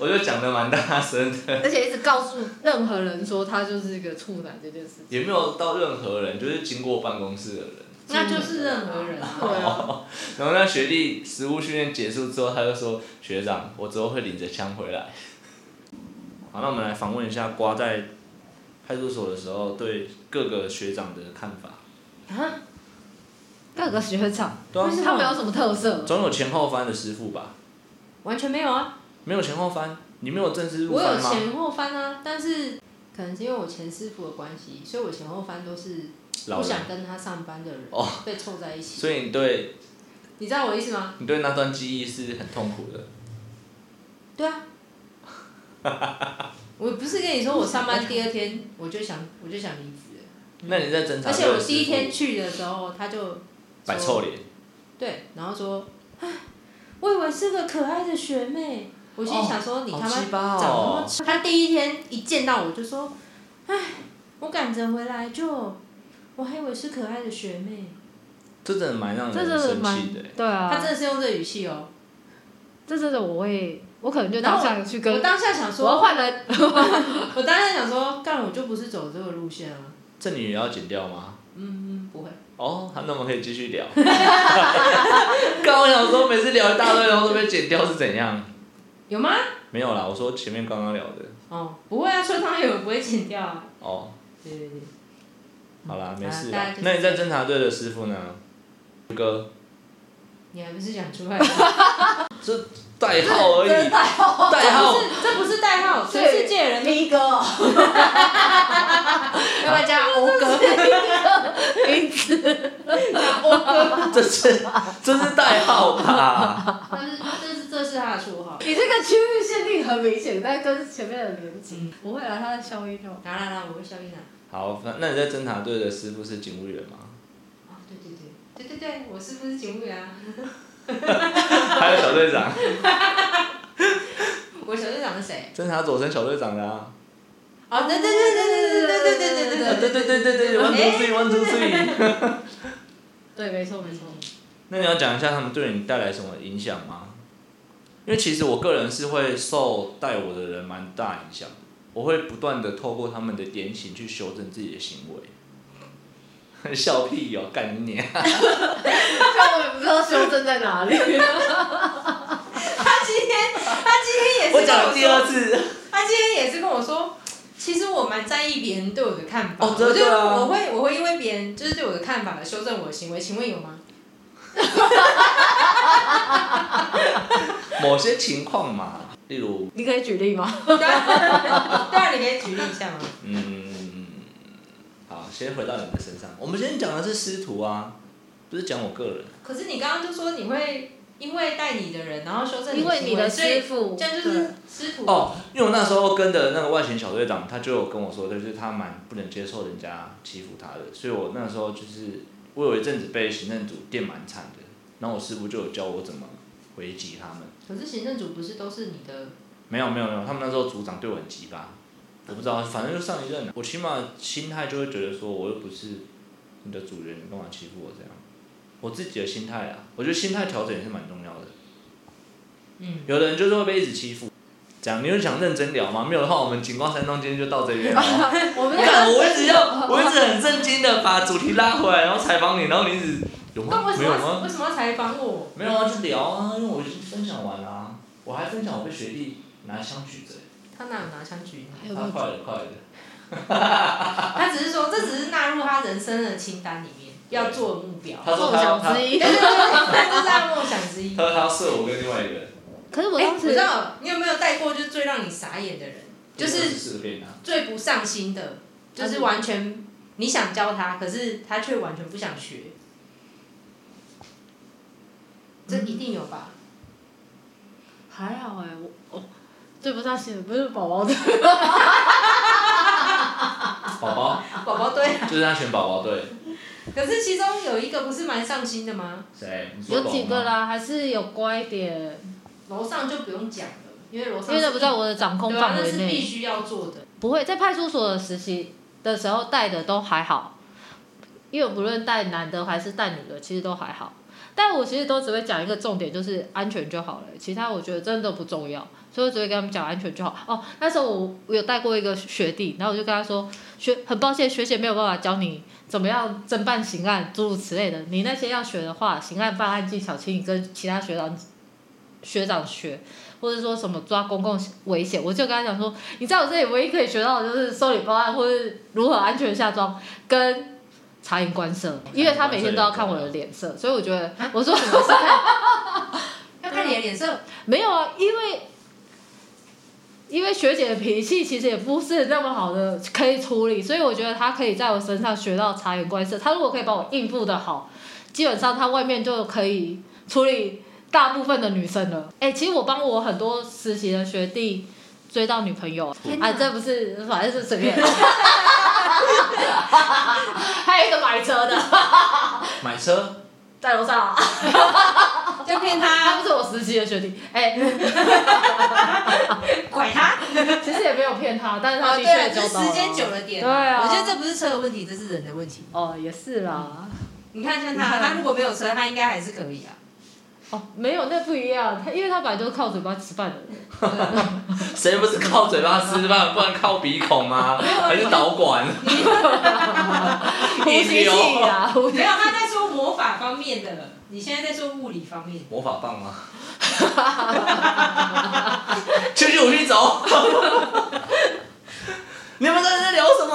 [SPEAKER 1] 我就讲的蛮大声的。
[SPEAKER 2] 而且一直告诉任何人说他就是一个处男这件事
[SPEAKER 1] 也
[SPEAKER 2] 情。
[SPEAKER 1] 没有到任何人，就是经过办公室的人。
[SPEAKER 3] 那就是任何人啊
[SPEAKER 2] 对啊，
[SPEAKER 1] 然后那学弟实务训练结束之后，他就说：“学长，我之后会领着枪回来。”好，那我们来访问一下瓜在派出所的时候对各个学长的看法。
[SPEAKER 3] 啊，
[SPEAKER 2] 各个学长，
[SPEAKER 1] 对啊
[SPEAKER 2] 但是他们有什么特色？
[SPEAKER 1] 总有前后翻的师傅吧？
[SPEAKER 3] 完全没有啊，
[SPEAKER 1] 没有前后翻，你没有正式入
[SPEAKER 3] 我有
[SPEAKER 1] 翻吗？
[SPEAKER 3] 前后翻啊，但是可能是因为我前师傅的关系，所以我前后翻都是
[SPEAKER 1] 老
[SPEAKER 3] 不
[SPEAKER 1] 人，
[SPEAKER 3] 想跟他上班的人
[SPEAKER 1] 哦
[SPEAKER 3] 被凑在一起，
[SPEAKER 1] 所以你对
[SPEAKER 3] 你知道我意思吗？
[SPEAKER 1] 你对那段记忆是很痛苦的。
[SPEAKER 3] 对啊。 我不是跟你说，我上班第二天我就想我就想离职了，
[SPEAKER 1] 那你在侦查
[SPEAKER 3] 而且
[SPEAKER 1] 队
[SPEAKER 3] 我
[SPEAKER 1] 的师
[SPEAKER 3] 第一天
[SPEAKER 1] 傅
[SPEAKER 3] 去的时候，他就
[SPEAKER 1] 摆臭脸，
[SPEAKER 3] 对，然后说，唉，我以为是个可爱的学妹，我心里想说、你他
[SPEAKER 1] 好鸡巴
[SPEAKER 3] 妈长那么
[SPEAKER 1] 哦！
[SPEAKER 3] 丑。他第一天一见到我就说，唉，我赶着回来就，我还以为是可爱的学妹，
[SPEAKER 1] 这真的蛮让
[SPEAKER 2] 这
[SPEAKER 1] 人
[SPEAKER 2] 真的
[SPEAKER 1] 生
[SPEAKER 2] 蛮
[SPEAKER 1] 气的欸。
[SPEAKER 2] 对啊，
[SPEAKER 3] 他真的是用这语气哦。
[SPEAKER 2] 这真的我会，我可能就
[SPEAKER 3] 然
[SPEAKER 2] 当
[SPEAKER 3] 后
[SPEAKER 2] 下去
[SPEAKER 3] 我
[SPEAKER 2] 跟
[SPEAKER 3] 当下想
[SPEAKER 2] 我要
[SPEAKER 3] 说，
[SPEAKER 2] 换来，
[SPEAKER 3] 我当下想说，干我就不是走这个路线啊。
[SPEAKER 1] 这你也要剪掉吗？
[SPEAKER 3] 嗯，不会。
[SPEAKER 1] 哦，好那我们可以继续聊。 刚我想说，每次聊一大堆，然后都被剪掉是怎样？
[SPEAKER 3] 有吗？
[SPEAKER 1] 没有啦，我说前面刚刚聊的。
[SPEAKER 3] 哦，不会啊，春汤也不会剪掉啊。
[SPEAKER 1] 哦，
[SPEAKER 3] 对对对，
[SPEAKER 1] 好啦，没事
[SPEAKER 3] 嗯大家
[SPEAKER 1] 啦
[SPEAKER 3] 就。是
[SPEAKER 1] 那你在侦察队的师傅呢？哥，
[SPEAKER 3] 你还不是讲出来？
[SPEAKER 1] 代号而已，
[SPEAKER 4] 代号，
[SPEAKER 1] 代号
[SPEAKER 3] 不是，这不是代号，全世界人都
[SPEAKER 4] 咪哥哦，
[SPEAKER 3] 要不要加欧哥？
[SPEAKER 1] 这是这是代号吧？
[SPEAKER 3] 但是这是这是他的绰号。
[SPEAKER 2] 你这个区域限定很明显，在跟前面的连接
[SPEAKER 3] 嗯。
[SPEAKER 2] 不会啦，它的消音哦。
[SPEAKER 3] 来来来，我会消音啊。
[SPEAKER 1] 好，那那你在侦察队的师傅是警务 员吗？
[SPEAKER 3] 啊，对对对，对对对，我是不是警务员啊？
[SPEAKER 1] 还有小队长，
[SPEAKER 3] 我小队长是谁？
[SPEAKER 1] 侦察左升小队长的啊。
[SPEAKER 3] 哦，对对对对对对对对对
[SPEAKER 1] 啊
[SPEAKER 3] 对
[SPEAKER 1] 对对对对
[SPEAKER 3] 哎
[SPEAKER 1] 对，one two three one two three。
[SPEAKER 2] 对，没错没错。
[SPEAKER 1] 那你要讲一下他们对你带来什么影响吗？因为其实我个人是会受带我的人蛮大影响的，我会不断的透过他们的言行去修正自己的行为。 笑屁哦，干你娘！
[SPEAKER 2] 但我也不知道修正在哪里。
[SPEAKER 3] 他今天他今天也 是
[SPEAKER 1] 我
[SPEAKER 3] 跟
[SPEAKER 1] 讲了
[SPEAKER 3] 我
[SPEAKER 1] 第二
[SPEAKER 3] 说，
[SPEAKER 1] 次，
[SPEAKER 3] 他今天也是跟我说。其实我蛮在意别人对我的看法，
[SPEAKER 1] 哦真
[SPEAKER 3] 我
[SPEAKER 1] 的
[SPEAKER 3] 就
[SPEAKER 1] 啊
[SPEAKER 3] 我会我会因为别人就是对我的看法而修正我的行为，请问有吗？
[SPEAKER 1] 某些情况嘛，例如，
[SPEAKER 2] 你可以举例吗？
[SPEAKER 3] 对啊，对啊，你可以举例一下吗？
[SPEAKER 1] 嗯，好，先回到你们身上。我们今天讲的是师徒啊，不是讲我个人。
[SPEAKER 3] 可是你刚刚就说你会因为带你的人，然后修正
[SPEAKER 2] 因
[SPEAKER 3] 的
[SPEAKER 2] 为
[SPEAKER 3] 行
[SPEAKER 2] 你的
[SPEAKER 3] 为所以
[SPEAKER 2] 师傅，
[SPEAKER 3] 这样就是师徒
[SPEAKER 1] 哦，因为我那时候跟的那个外勤小队长，他就有跟我说，就是他蛮不能接受人家欺负他的，所以我那时候就是我有一阵子被行政组电蛮惨的，然后我师傅就有教我怎么回击他们。
[SPEAKER 3] 可是行政组不是都是你的？
[SPEAKER 1] 没有没有没有，他们那时候组长对我很鸡巴，我不知道，反正就上一任啊，我起码心态就会觉得说，我又不是你的主人，你干嘛欺负我这样？我自己的心态啊，我觉得心态调整也是蛮重要的。
[SPEAKER 3] 嗯，
[SPEAKER 1] 有的人就是会被一直欺负，这样你有想认真聊吗？没有的话，我们景光山庄今天就到这边了 哦。
[SPEAKER 2] 我们
[SPEAKER 1] 干，我一直要，我一直很震惊的把主题拉回来，然后采访你，然后你一直有
[SPEAKER 3] 那
[SPEAKER 1] 吗
[SPEAKER 3] 为？什
[SPEAKER 1] 没有
[SPEAKER 3] 么
[SPEAKER 1] 吗？
[SPEAKER 3] 为什么要采访我？
[SPEAKER 1] 没有啊，就聊啊，因为我已经分享完啦、啊我还分享我被学弟拿枪举着，
[SPEAKER 3] 他哪有拿枪举
[SPEAKER 2] 哎
[SPEAKER 3] 你？
[SPEAKER 1] 他快了快了。
[SPEAKER 3] 他只是说这只是纳入他人生的清单里面要做的目标，
[SPEAKER 1] 他说他要他，
[SPEAKER 2] 之一
[SPEAKER 3] 对对对，这是他的梦想之一。
[SPEAKER 1] 他说他要射我跟另外一个人，
[SPEAKER 2] 可是我
[SPEAKER 3] 哎，
[SPEAKER 2] 当
[SPEAKER 3] 我
[SPEAKER 2] 时
[SPEAKER 3] 知道你有没有带过就是最让你傻眼的人，就是
[SPEAKER 1] 四个变啊。
[SPEAKER 3] 最不上心的，
[SPEAKER 2] 嗯
[SPEAKER 3] 就是完全你想教他，可是他却完全不想学。这
[SPEAKER 2] 嗯
[SPEAKER 3] 一定有 吧？
[SPEAKER 2] 还好哎，我哦，对不上心的不是宝宝的，啊
[SPEAKER 1] 宝宝
[SPEAKER 3] 宝宝对，
[SPEAKER 1] 就是他选宝宝队，
[SPEAKER 3] 可是其中有一个不是蛮上心的吗？
[SPEAKER 1] 谁？你说
[SPEAKER 2] 有几个
[SPEAKER 1] 宝宝吗？
[SPEAKER 2] 啦，还是有乖一点，
[SPEAKER 3] 楼上就不用讲了，因为楼上
[SPEAKER 2] 因为
[SPEAKER 3] 是
[SPEAKER 2] 那不在我的掌控
[SPEAKER 3] 对啊
[SPEAKER 2] 范
[SPEAKER 3] 那
[SPEAKER 2] 围
[SPEAKER 3] 是必
[SPEAKER 2] 内。
[SPEAKER 3] 须要做的。
[SPEAKER 2] 不会，在派出所的实习的时候带的都还好，因为我不论带男的还是带女的，其实都还好。但我其实都只会讲一个重点，就是安全就好了，其他我觉得真的都不重要，所以我只会跟他们讲安全就好。哦，那时候我我有带过一个学弟，然后我就跟他说，学很抱歉，学姐没有办法教你怎么样侦办刑案，诸如此类的。你那些要学的话，刑案办案技巧，请你跟其他学长学长学，或者说什么抓公共危险。我就跟他讲说，你在我这里唯一可以学到的就是收礼报案，或是如何安全下装跟察言观色，因为他每天都要看我的脸色，所以我觉得 我说什么是看啊
[SPEAKER 3] 要看你的脸色，
[SPEAKER 2] 没有啊，因为因为学姐的脾气其实也不是那么好的可以处理，所以我觉得她可以在我身上学到察言观色。她如果可以把我应付的好，基本上她外面就可以处理大部分的女生了。哎、其实我帮我很多实习的学弟追到女朋友，
[SPEAKER 3] 天哪
[SPEAKER 2] 啊，这不是反正是随便。 还有一个买车的，
[SPEAKER 1] 买车，
[SPEAKER 2] 在楼上啊、哦
[SPEAKER 3] 要骗
[SPEAKER 2] 他
[SPEAKER 3] 他
[SPEAKER 2] 啊不，是我实习的学弟，哎、
[SPEAKER 3] 拐他。
[SPEAKER 2] 其实也没有骗他，但是他
[SPEAKER 3] 哦，
[SPEAKER 2] 的
[SPEAKER 3] 对
[SPEAKER 2] 确
[SPEAKER 3] 了，
[SPEAKER 2] 交
[SPEAKER 3] 这
[SPEAKER 2] 到
[SPEAKER 3] 时
[SPEAKER 2] 了
[SPEAKER 3] 间久了点，
[SPEAKER 2] 对啊
[SPEAKER 3] 我觉得这不是车的问题，这是人的问题。
[SPEAKER 2] 哦，也是啦，
[SPEAKER 3] 你看像他，他如果没有车，他应该还是可以啊。
[SPEAKER 2] 哦，没有，那不一样，他因为他本来就是靠嘴巴吃饭的 人，
[SPEAKER 1] 谁不是靠嘴巴吃饭，不然靠鼻孔 吗？还是导管？
[SPEAKER 2] 呼吸器啊，呼吸
[SPEAKER 3] 没有，他在说魔法方面的，你现在在说物理方面。
[SPEAKER 1] 魔法棒吗？ 出去，我去走。 你们在这聊什么？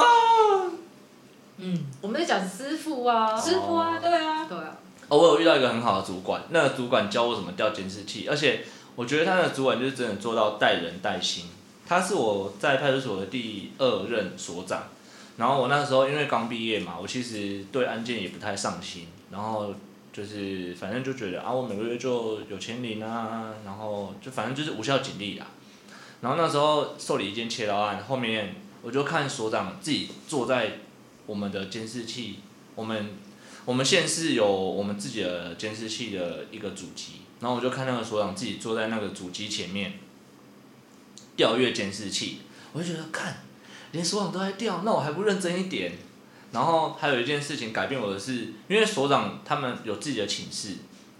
[SPEAKER 3] 嗯，
[SPEAKER 2] 我们在讲师傅啊，
[SPEAKER 1] 师傅啊
[SPEAKER 3] 对啊，
[SPEAKER 2] 对啊，
[SPEAKER 1] 哦，我有遇到一个很好的主管，那个主管教我怎么调监视器，而且我觉得他的主管就是真的做到带人带心。他是我在派出所的第二任所长，然后我那时候因为刚毕业嘛，我其实对案件也不太上心，然后就是反正就觉得啊，我每个月就有钱领啊，然后就反正就是无效警力啦。然后那时候受理一件切刀案，后面我就看所长自己坐在我们的监视器，我们我们县市有我们自己的监视器的一个主机，然后我就看那个所长自己坐在那个主机前面调阅监视器，我就觉得看，连所长都在调，那我还不认真一点。然后还有一件事情改变我的是，因为所长他们有自己的寝室，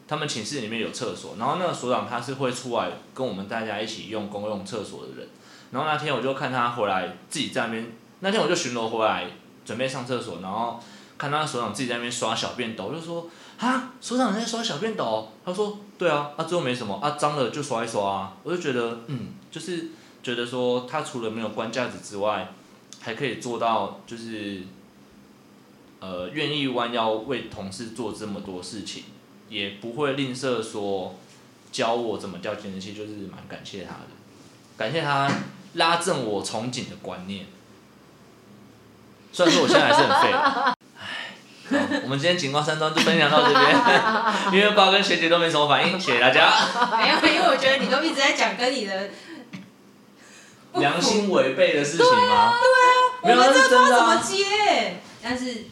[SPEAKER 1] 他们寝室里面有厕所，然后那个所长他是会出来跟我们大家一起用公用厕所的人。然后那天我就看他回来自己在那边，那天我就巡逻回来准备上厕所，然后看他所长自己在那边刷小便斗，我就说啊，所长你在刷小便斗？他说对啊，啊最后没什么，啊脏了就刷一刷啊。我就觉得嗯，就是觉得说他除了没有关架子之外，还可以做到就是，呃，愿意弯腰为同事做这么多事情，也不会吝啬说教我怎么调监视器，就是蛮感谢他的，感谢他拉正我从警的观念。虽然说我现在还是很废。好我们今天警官山庄就分享到这 边，因为瓜跟学姐都没什么反应，谢谢大家。
[SPEAKER 3] 没有，因为我觉得你都一直在讲跟你 的不符
[SPEAKER 1] 良心违背的事情吗？没有
[SPEAKER 3] 对啊，我们
[SPEAKER 1] 那
[SPEAKER 3] 这
[SPEAKER 1] 是
[SPEAKER 3] 不知
[SPEAKER 1] 真
[SPEAKER 3] 道
[SPEAKER 1] 的
[SPEAKER 3] 怎
[SPEAKER 1] 啊
[SPEAKER 3] 么接、但是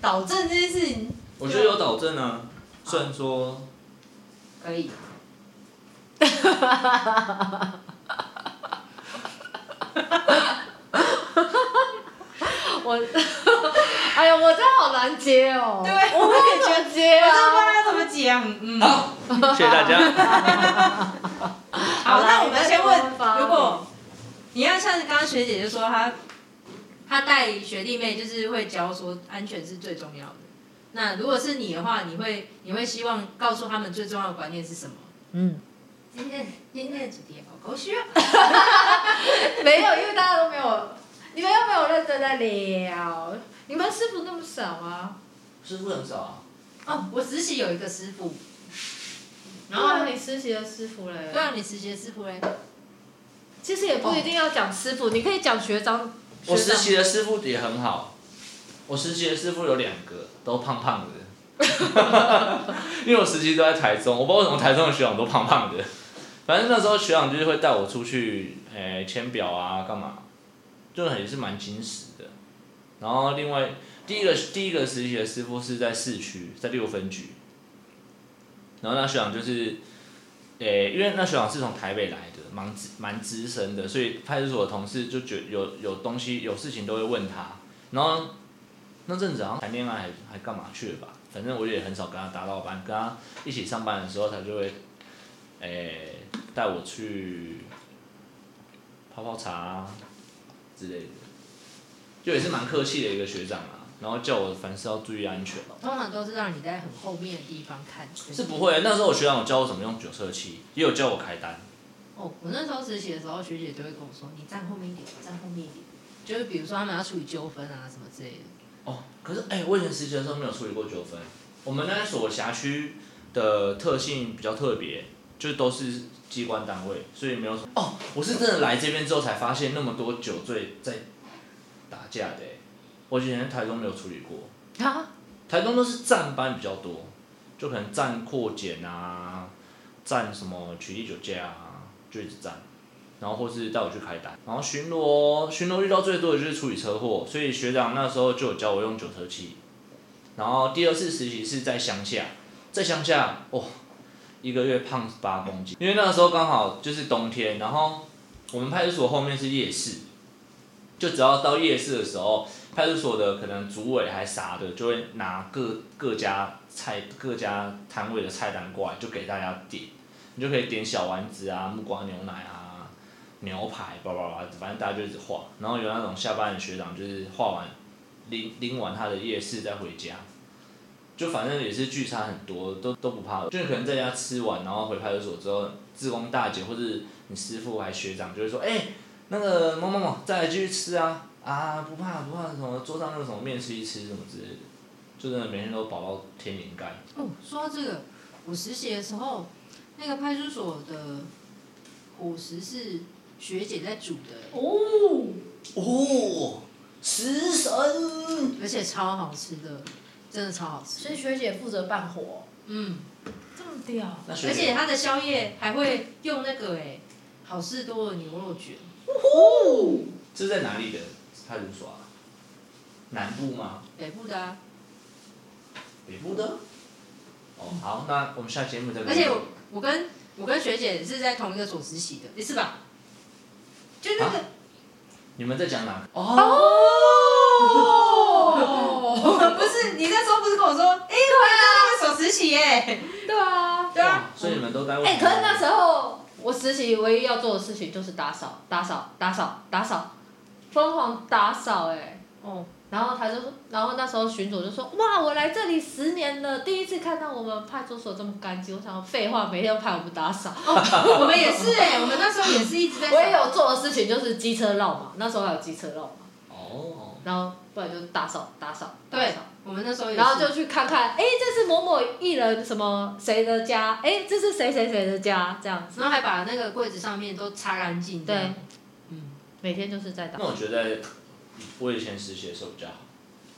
[SPEAKER 3] 导正这件事情
[SPEAKER 1] 我觉得有导正啊，虽然 说
[SPEAKER 3] 可以。
[SPEAKER 2] 我，哎呀，我真的好难接哦，
[SPEAKER 3] 对
[SPEAKER 2] 我也觉得接
[SPEAKER 3] 我真的不知
[SPEAKER 2] 啊，
[SPEAKER 3] 道要怎么讲，嗯。
[SPEAKER 1] 好，谢谢大 家。
[SPEAKER 3] 好，
[SPEAKER 2] 啦
[SPEAKER 3] 那我们先 问
[SPEAKER 2] 没办，法
[SPEAKER 3] 如果你要像刚刚学姐就说她，她带学弟妹就是会教说安全是最重要的。那如果是你的话，你会你会希望告诉他们最重要的观念是什么？
[SPEAKER 2] 嗯，
[SPEAKER 3] 今天今天的主题好狗血啊！
[SPEAKER 2] 没有，因为大家都没有，你们又没有认真在聊，你们师傅那么少啊，
[SPEAKER 1] 师傅很少啊，
[SPEAKER 3] 哦，我实习有一个师傅，
[SPEAKER 2] 然
[SPEAKER 3] 然后
[SPEAKER 2] 后你实习的师傅嘞，
[SPEAKER 3] 对啊，你实习的师傅嘞，
[SPEAKER 2] 其实也不一定要讲师傅，你可以讲学长，
[SPEAKER 1] 我
[SPEAKER 2] 学
[SPEAKER 1] 实
[SPEAKER 2] 长
[SPEAKER 1] 习的师傅也很好，我实习的师傅有两个都胖胖的， 因为我实习都在台中，我不知道为什么台中的学长都胖胖的。反正那时候学长就是会带我出去，诶、签表啊，干嘛，就很也是蛮矜持的。然后另外第一个第一个实习的师傅是在市区，在六分局。然后那学长就是，诶、因为那学长是从台北来的，蛮资蛮资深的，所以派出所的同事就觉有有东西有事情都会问他。然后那阵子好像谈恋爱还还干嘛去了吧？反正我也很少跟他搭到班，跟他一起上班的时候，他就会，诶、带我去泡泡茶之类的，就也是蛮客气的一个学长啊。然后叫我凡事要注意安全。哦
[SPEAKER 3] 通常都是让你在很后面的地方看。
[SPEAKER 1] 是不会，那时候我学长有教我怎么用九色漆，也有教我开单。
[SPEAKER 3] 哦，我那时候实习的时候，学姐就会跟我说：“你站后面一点，站后面一点。”就是比如说他们要处理纠纷啊什么之类的。
[SPEAKER 1] 哦，可是哎、我以前实习的时候没有处理过纠纷。我们那所辖区的特性比较特别，就都是机关单位，所以没有什么。哦，我是真的来这边之后才发现那么多酒醉在打架的、欸，我以前在台中没有处理过。
[SPEAKER 2] 啊，
[SPEAKER 1] 台中都是站班比较多，就可能站扩检啊，站什么取缔酒驾啊，就一直站，然后或是带我去开单，然后巡逻哦巡逻遇到最多的就是处理车祸，所以学长那时候就有教我用九车漆，然后第二次实习是在乡下，在乡下哦，一个月胖八公斤，因为那个时候刚好就是冬天，然后我们派出所后面是夜市，就只要到夜市的时候，派出所的可能组委还啥的，就会拿各各家菜各家摊位的菜单过来，就给大家点，你就可以点小丸子啊、木瓜牛奶啊、牛排，叭叭叭，反正大家就一直画。然后有那种下班的学长，就是画完拎拎完他的夜市再回家，就反正也是聚餐很多，都都不怕。就你可能在家吃完，然后回派出所之后，志工大姐或是你师傅还学长就会说，哎、那个某某某，再来继续吃啊啊，不怕不怕，什么桌上那个什么面吃一吃什么之类的，就真的每天都饱到天灵盖。
[SPEAKER 3] 哦，说到这个，我实习的时候，那个派出所的伙食是学姐在煮的，
[SPEAKER 2] 哦，
[SPEAKER 1] 哦，食神，
[SPEAKER 3] 而且超好吃的，真的超好吃。
[SPEAKER 4] 所以学姐负责办火，
[SPEAKER 3] 嗯，
[SPEAKER 2] 这么屌，
[SPEAKER 1] 那学
[SPEAKER 3] 而且
[SPEAKER 1] 姐，
[SPEAKER 3] 她的宵夜还会用那个哎、好事多的牛肉卷，
[SPEAKER 1] 这是在哪里的派出所啊？南部吗？
[SPEAKER 3] 北部的、啊。
[SPEAKER 1] 北部的？哦，好，那我们下节目再跟你
[SPEAKER 3] 而且我我跟我跟学姐是在同一个所实习的，你是吧？就那个、
[SPEAKER 1] 你们在讲哪个？
[SPEAKER 3] 哦， 不是你那时候不是跟我说，哎、我也在那个所实习耶、
[SPEAKER 2] 对啊，
[SPEAKER 3] 对啊，
[SPEAKER 1] 哦所以你们都待过。
[SPEAKER 2] 哎、可是那时候我实习唯一要做的事情就是打扫，打扫，打扫，打扫，疯狂打扫、哎，哦，然后他就说，然后那时候巡组就说，哇，我来这里十年了，第一次看到我们派出所这么干净。我想，废话，每天要派我们打扫。
[SPEAKER 3] 我们也是哎、我们那时候也是一直在
[SPEAKER 2] 我也有做的事情就是机车绕嘛，那时候还有机车绕嘛，
[SPEAKER 1] 哦，
[SPEAKER 2] 然后不然就是打扫，打扫，打
[SPEAKER 3] 对
[SPEAKER 2] 扫。，
[SPEAKER 3] 我们那时候也是
[SPEAKER 2] 然后就去看看，哎，这是某某艺人什么谁的家，哎，这是谁谁谁的家，这样子，
[SPEAKER 3] 然后还把那个柜子上面都擦干净。
[SPEAKER 2] 对，
[SPEAKER 3] 嗯，
[SPEAKER 2] 每天就是在打
[SPEAKER 1] 那。我觉得我以前实习的时候比较好，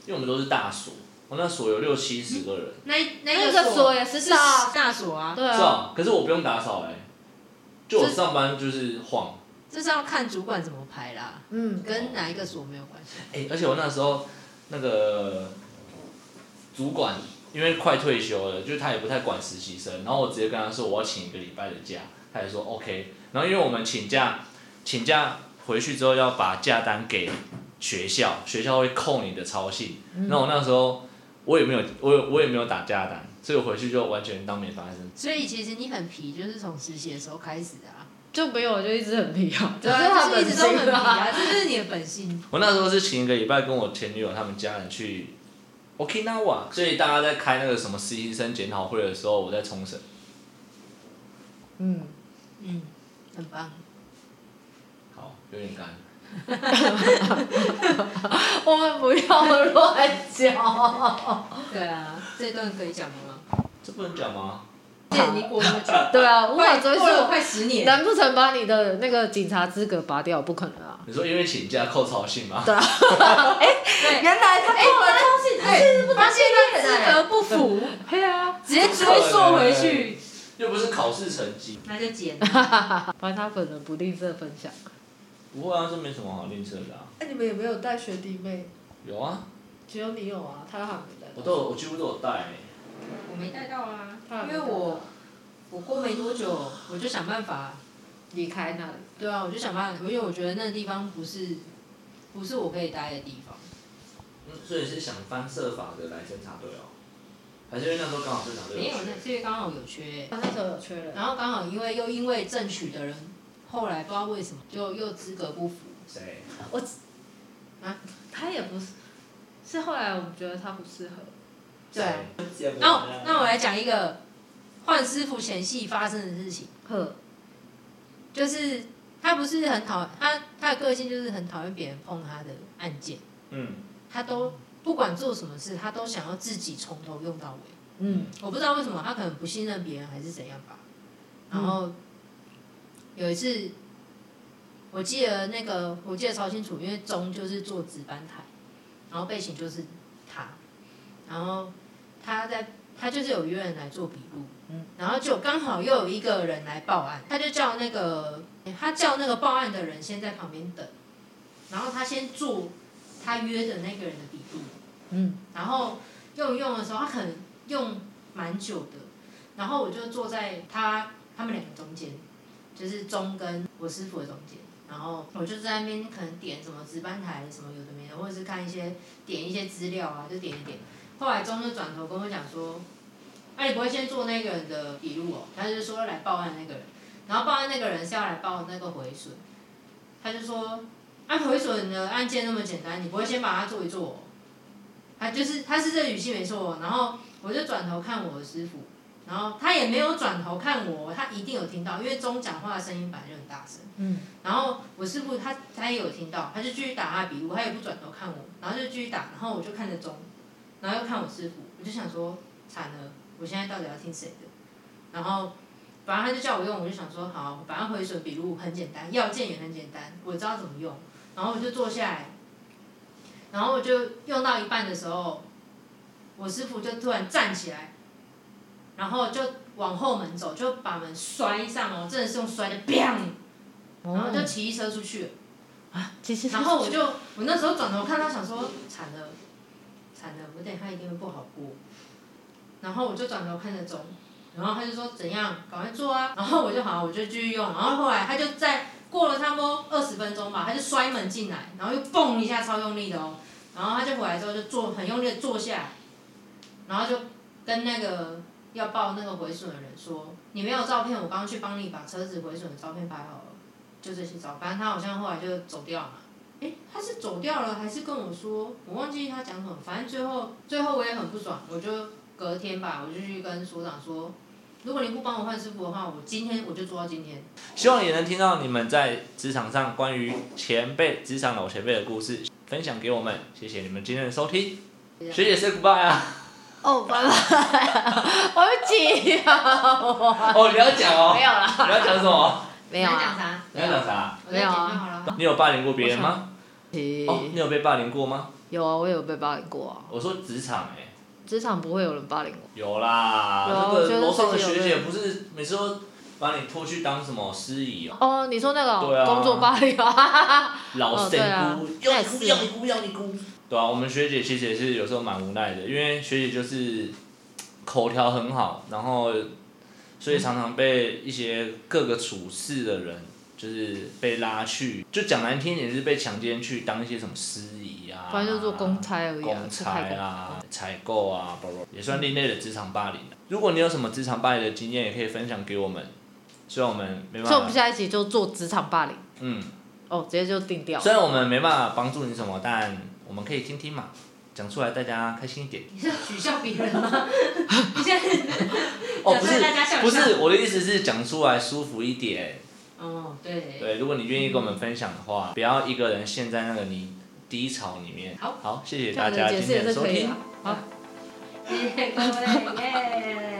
[SPEAKER 1] 因为我们都是大所，我那所有六七十个人，
[SPEAKER 3] 那那
[SPEAKER 2] 那
[SPEAKER 3] 个
[SPEAKER 2] 个
[SPEAKER 3] 锁
[SPEAKER 2] 锁也是
[SPEAKER 3] 是
[SPEAKER 2] 大，
[SPEAKER 3] 大锁啊，
[SPEAKER 2] 对
[SPEAKER 1] 是
[SPEAKER 2] 啊，
[SPEAKER 1] 哦，可是我不用打扫哎、就我上班就是晃，
[SPEAKER 3] 这是要看主管怎么排啦，
[SPEAKER 2] 嗯，
[SPEAKER 3] 跟哪一个锁没有关系。
[SPEAKER 1] 哎、而且我那时候那个主管因为快退休了，就是他也不太管实习生，然后我直接跟他说我要请一个礼拜的假，他也说 OK，然后因为我们请假请假回去之后要把假单给学校，学校会扣你的操信，那我那时候我也没有我也我也没有打假单，所以我回去就完全当没发生。
[SPEAKER 3] 所以其实你很皮，就是从实习的时候开始的啊。
[SPEAKER 2] 就没有，我就一直很皮啊，
[SPEAKER 3] 对
[SPEAKER 2] 只是
[SPEAKER 3] 啊，
[SPEAKER 2] 他
[SPEAKER 3] 就是
[SPEAKER 2] 本
[SPEAKER 3] 一直都很皮
[SPEAKER 2] 性啊
[SPEAKER 3] 啊，这就是你的本性。
[SPEAKER 1] 我那时候是请一个礼拜跟我前女友他们家人去 Okinawa，所以大家在开那个什么实习生检讨会的时候，我在冲绳。
[SPEAKER 2] 嗯，
[SPEAKER 3] 嗯，很棒。
[SPEAKER 1] 好，有点干。
[SPEAKER 2] 我们不要乱讲。
[SPEAKER 3] 对啊，这段可以讲的吗？
[SPEAKER 1] 这不能讲吗？
[SPEAKER 3] 见你过那么久，
[SPEAKER 2] 对 啊，无法
[SPEAKER 3] 快
[SPEAKER 2] 追溯
[SPEAKER 3] 过。了快十年。
[SPEAKER 2] 难不成把你的那个警察资格拔掉？不可能啊！
[SPEAKER 1] 你说因为请假扣操信吗？
[SPEAKER 2] 对 啊，
[SPEAKER 3] 对，
[SPEAKER 2] 原来他
[SPEAKER 3] 哎，我相信，哎，发现跟资格不符，
[SPEAKER 2] 对啊，
[SPEAKER 3] 直接追溯回去，
[SPEAKER 1] 又不是考试成绩。
[SPEAKER 3] 那就剪。
[SPEAKER 2] 反正他本人不吝啬分享。
[SPEAKER 1] 不会啊，这没什么好吝啬的啊。
[SPEAKER 4] 哎、你们有没有带学弟妹？
[SPEAKER 1] 有啊，
[SPEAKER 4] 只有你有啊，他还没带。
[SPEAKER 1] 我都有我几乎都有带、欸。
[SPEAKER 3] 我没带到啊
[SPEAKER 2] 他还，
[SPEAKER 3] 因
[SPEAKER 2] 没
[SPEAKER 3] 为
[SPEAKER 2] 带到
[SPEAKER 3] 我我过没多久，我就想办法，
[SPEAKER 2] 离开那里，
[SPEAKER 3] 对啊，我就想办法，因为我觉得那个地方不是不是我可以待的地方。
[SPEAKER 1] 嗯，所以是想方设法的来侦察队哦，还是因为那时候刚好侦察队
[SPEAKER 3] 没有，
[SPEAKER 1] 缺
[SPEAKER 3] 那是因为刚好有缺，
[SPEAKER 2] 他那时候有缺人，
[SPEAKER 3] 然后刚好因为又因为正取的人，后来不知道为什么就又资格不符。
[SPEAKER 1] 谁？
[SPEAKER 2] 他也不是，是后来我们觉得他不适合。
[SPEAKER 3] 对啊
[SPEAKER 1] 谁。
[SPEAKER 3] 那我那我来讲一个换师傅前戏发生的事情，
[SPEAKER 2] 呵，
[SPEAKER 3] 就是他不是很讨他他的个性就是很讨厌别人碰他的按键，
[SPEAKER 1] 嗯，
[SPEAKER 3] 他都不管做什么事，他都想要自己从头用到尾。
[SPEAKER 2] 嗯，
[SPEAKER 3] 我不知道为什么，他可能不信任别人还是怎样吧。然后、有一次，我记得那个我记得超清楚，因为钟就是做值班台，然后背景就是他，然后他在他就是有约人来做笔录，
[SPEAKER 2] 嗯，
[SPEAKER 3] 然后就刚好又有一个人来报案，他就叫那个他叫那个报案的人先在旁边等，然后他先做他约的那个人的笔录，
[SPEAKER 2] 嗯，
[SPEAKER 3] 然后用一用的时候，他可能用蛮久的，然后我就坐在他他们两个中间，就是钟跟我师傅的中间，然后我就在那边可能点什么值班台什么有的没的，或者是看一些点一些资料啊，就点一点。后来钟就转头跟我讲说：“哎、你不会先做那个人的笔录哦？”他就说来报案那个人，然后报案那个人是要来报那个回损，他就说：“按、回损的案件那么简单，你不会先把它做一做、哦？”他就是他是这语气没错哦，然后我就转头看我的师傅，然后他也没有转头看我，他一定有听到，因为钟讲话的声音本来就很大声。
[SPEAKER 2] 嗯，
[SPEAKER 3] 然后我师傅他他也有听到，他就继续打他的笔录，他也不转头看我，然后就继续打，然后我就看着钟，然后又看我师傅，我就想说惨了，我现在到底要听谁的？然后反正他就叫我用，我就想说好，反正回损笔录很简单，要件也很简单，我知道怎么用，然后我就坐下来，然后我就用到一半的时候，我师傅就突然站起来，然后就往后门走，就把门摔上哦，真的是用摔的，砰！然后就
[SPEAKER 2] 哦，
[SPEAKER 3] 骑车出去了。
[SPEAKER 2] 其实哦
[SPEAKER 3] 然后我就我那时候转头看他，想说惨了，惨了，我等一下一定会不好过。然后我就转头看着钟，然后他就说怎样，赶快做啊。然后我就好，我就继续用。然后后来他就在过了差不多二十分钟吧，他就摔门进来，然后又蹦一下，超用力的哦。然后他就回来之后就坐很用力的坐下来，然后就跟那个要报那个回损的人说，你没有照片，我刚刚去帮你把车子回损的照片拍好了，就这些照。反正他好像后来就走掉了嘛。诶，他是走掉了，还是跟我说？我忘记他讲什么。反正最后，最后我也很不爽，我就隔天吧，我就去跟所长说，如果你不帮我换师傅的话，我今天我就做到今天。
[SPEAKER 1] 希望也能听到你们在职场上关于前辈、职场老前辈的故事，分享给我们。谢谢你们今天的收听，学姐 say goodbye 啊！
[SPEAKER 2] 哦，拜拜， 我要急啊，我
[SPEAKER 1] 哦，你要讲哦
[SPEAKER 2] 没，有
[SPEAKER 1] 你要
[SPEAKER 2] 啦，
[SPEAKER 1] 讲什么？
[SPEAKER 2] 没有
[SPEAKER 3] 你要讲
[SPEAKER 2] 啊，
[SPEAKER 3] 啥？
[SPEAKER 1] 你要讲啥？
[SPEAKER 3] 我再剪就好了。
[SPEAKER 1] 你有霸凌过别人吗？哦，你
[SPEAKER 2] 其
[SPEAKER 1] 有被霸凌过吗？
[SPEAKER 2] 有啊，我有被霸凌过啊，
[SPEAKER 1] 我说职场哎、
[SPEAKER 2] 职场不会有人霸凌我，
[SPEAKER 1] 有啦，
[SPEAKER 2] 有啊
[SPEAKER 1] 那
[SPEAKER 2] 我觉
[SPEAKER 1] 个
[SPEAKER 2] 得
[SPEAKER 1] 楼上的
[SPEAKER 2] 自己有
[SPEAKER 1] 学姐
[SPEAKER 2] 被
[SPEAKER 1] 不是每次都把你拖去当什么司仪哦，
[SPEAKER 2] 哦，你说那个
[SPEAKER 1] 对啊
[SPEAKER 2] 哦工作霸凌啊，
[SPEAKER 1] 老
[SPEAKER 2] 哦
[SPEAKER 1] 神
[SPEAKER 2] 对啊
[SPEAKER 1] 姑，
[SPEAKER 2] 那
[SPEAKER 1] 要
[SPEAKER 2] 也
[SPEAKER 1] 你姑
[SPEAKER 2] 是
[SPEAKER 1] 要你姑要你姑。对啊，我们学姐其实也是有时候蛮无奈的，因为学姐就是口条很好，然后所
[SPEAKER 2] 嗯
[SPEAKER 1] 以常常被一些各个处事的人就是被拉去，就讲难听一点，就是被强奸去当一些什么司仪啊，
[SPEAKER 2] 反正就做公差而已啊，
[SPEAKER 1] 公
[SPEAKER 2] 是太
[SPEAKER 1] 差
[SPEAKER 2] 公
[SPEAKER 1] 啊、采购啊，包括也算另类的职场霸凌、啊。如果你有什么职场霸凌的经验，也可以分享给我们。虽然我们没
[SPEAKER 2] 所以我
[SPEAKER 1] 办
[SPEAKER 2] 们
[SPEAKER 1] 法，
[SPEAKER 2] 下一集就做职场霸凌，
[SPEAKER 1] 嗯，
[SPEAKER 2] 哦，直接就定掉。
[SPEAKER 1] 虽然我们没办法帮助你什么，但我们可以听听嘛，讲出来大家开心一点。
[SPEAKER 3] 你是取笑别人吗？你 现在
[SPEAKER 1] 哦，
[SPEAKER 3] 想
[SPEAKER 1] 不
[SPEAKER 3] 让大家
[SPEAKER 1] 是
[SPEAKER 3] 笑一
[SPEAKER 1] 不
[SPEAKER 3] 笑
[SPEAKER 1] 是，我的意思是讲出来舒服一点。
[SPEAKER 3] 哦，对，
[SPEAKER 1] 对，如果你愿意跟我们分享的话，不要一个人陷在那个你低潮里面。
[SPEAKER 3] 好
[SPEAKER 1] 好，谢谢
[SPEAKER 2] 这
[SPEAKER 1] 大
[SPEAKER 2] 样的
[SPEAKER 1] 家
[SPEAKER 2] 解
[SPEAKER 1] 今
[SPEAKER 2] 释也
[SPEAKER 1] 天的
[SPEAKER 2] 是
[SPEAKER 1] 收
[SPEAKER 2] 可以
[SPEAKER 1] 听
[SPEAKER 2] 啊。好。
[SPEAKER 3] 谢谢各位，耶。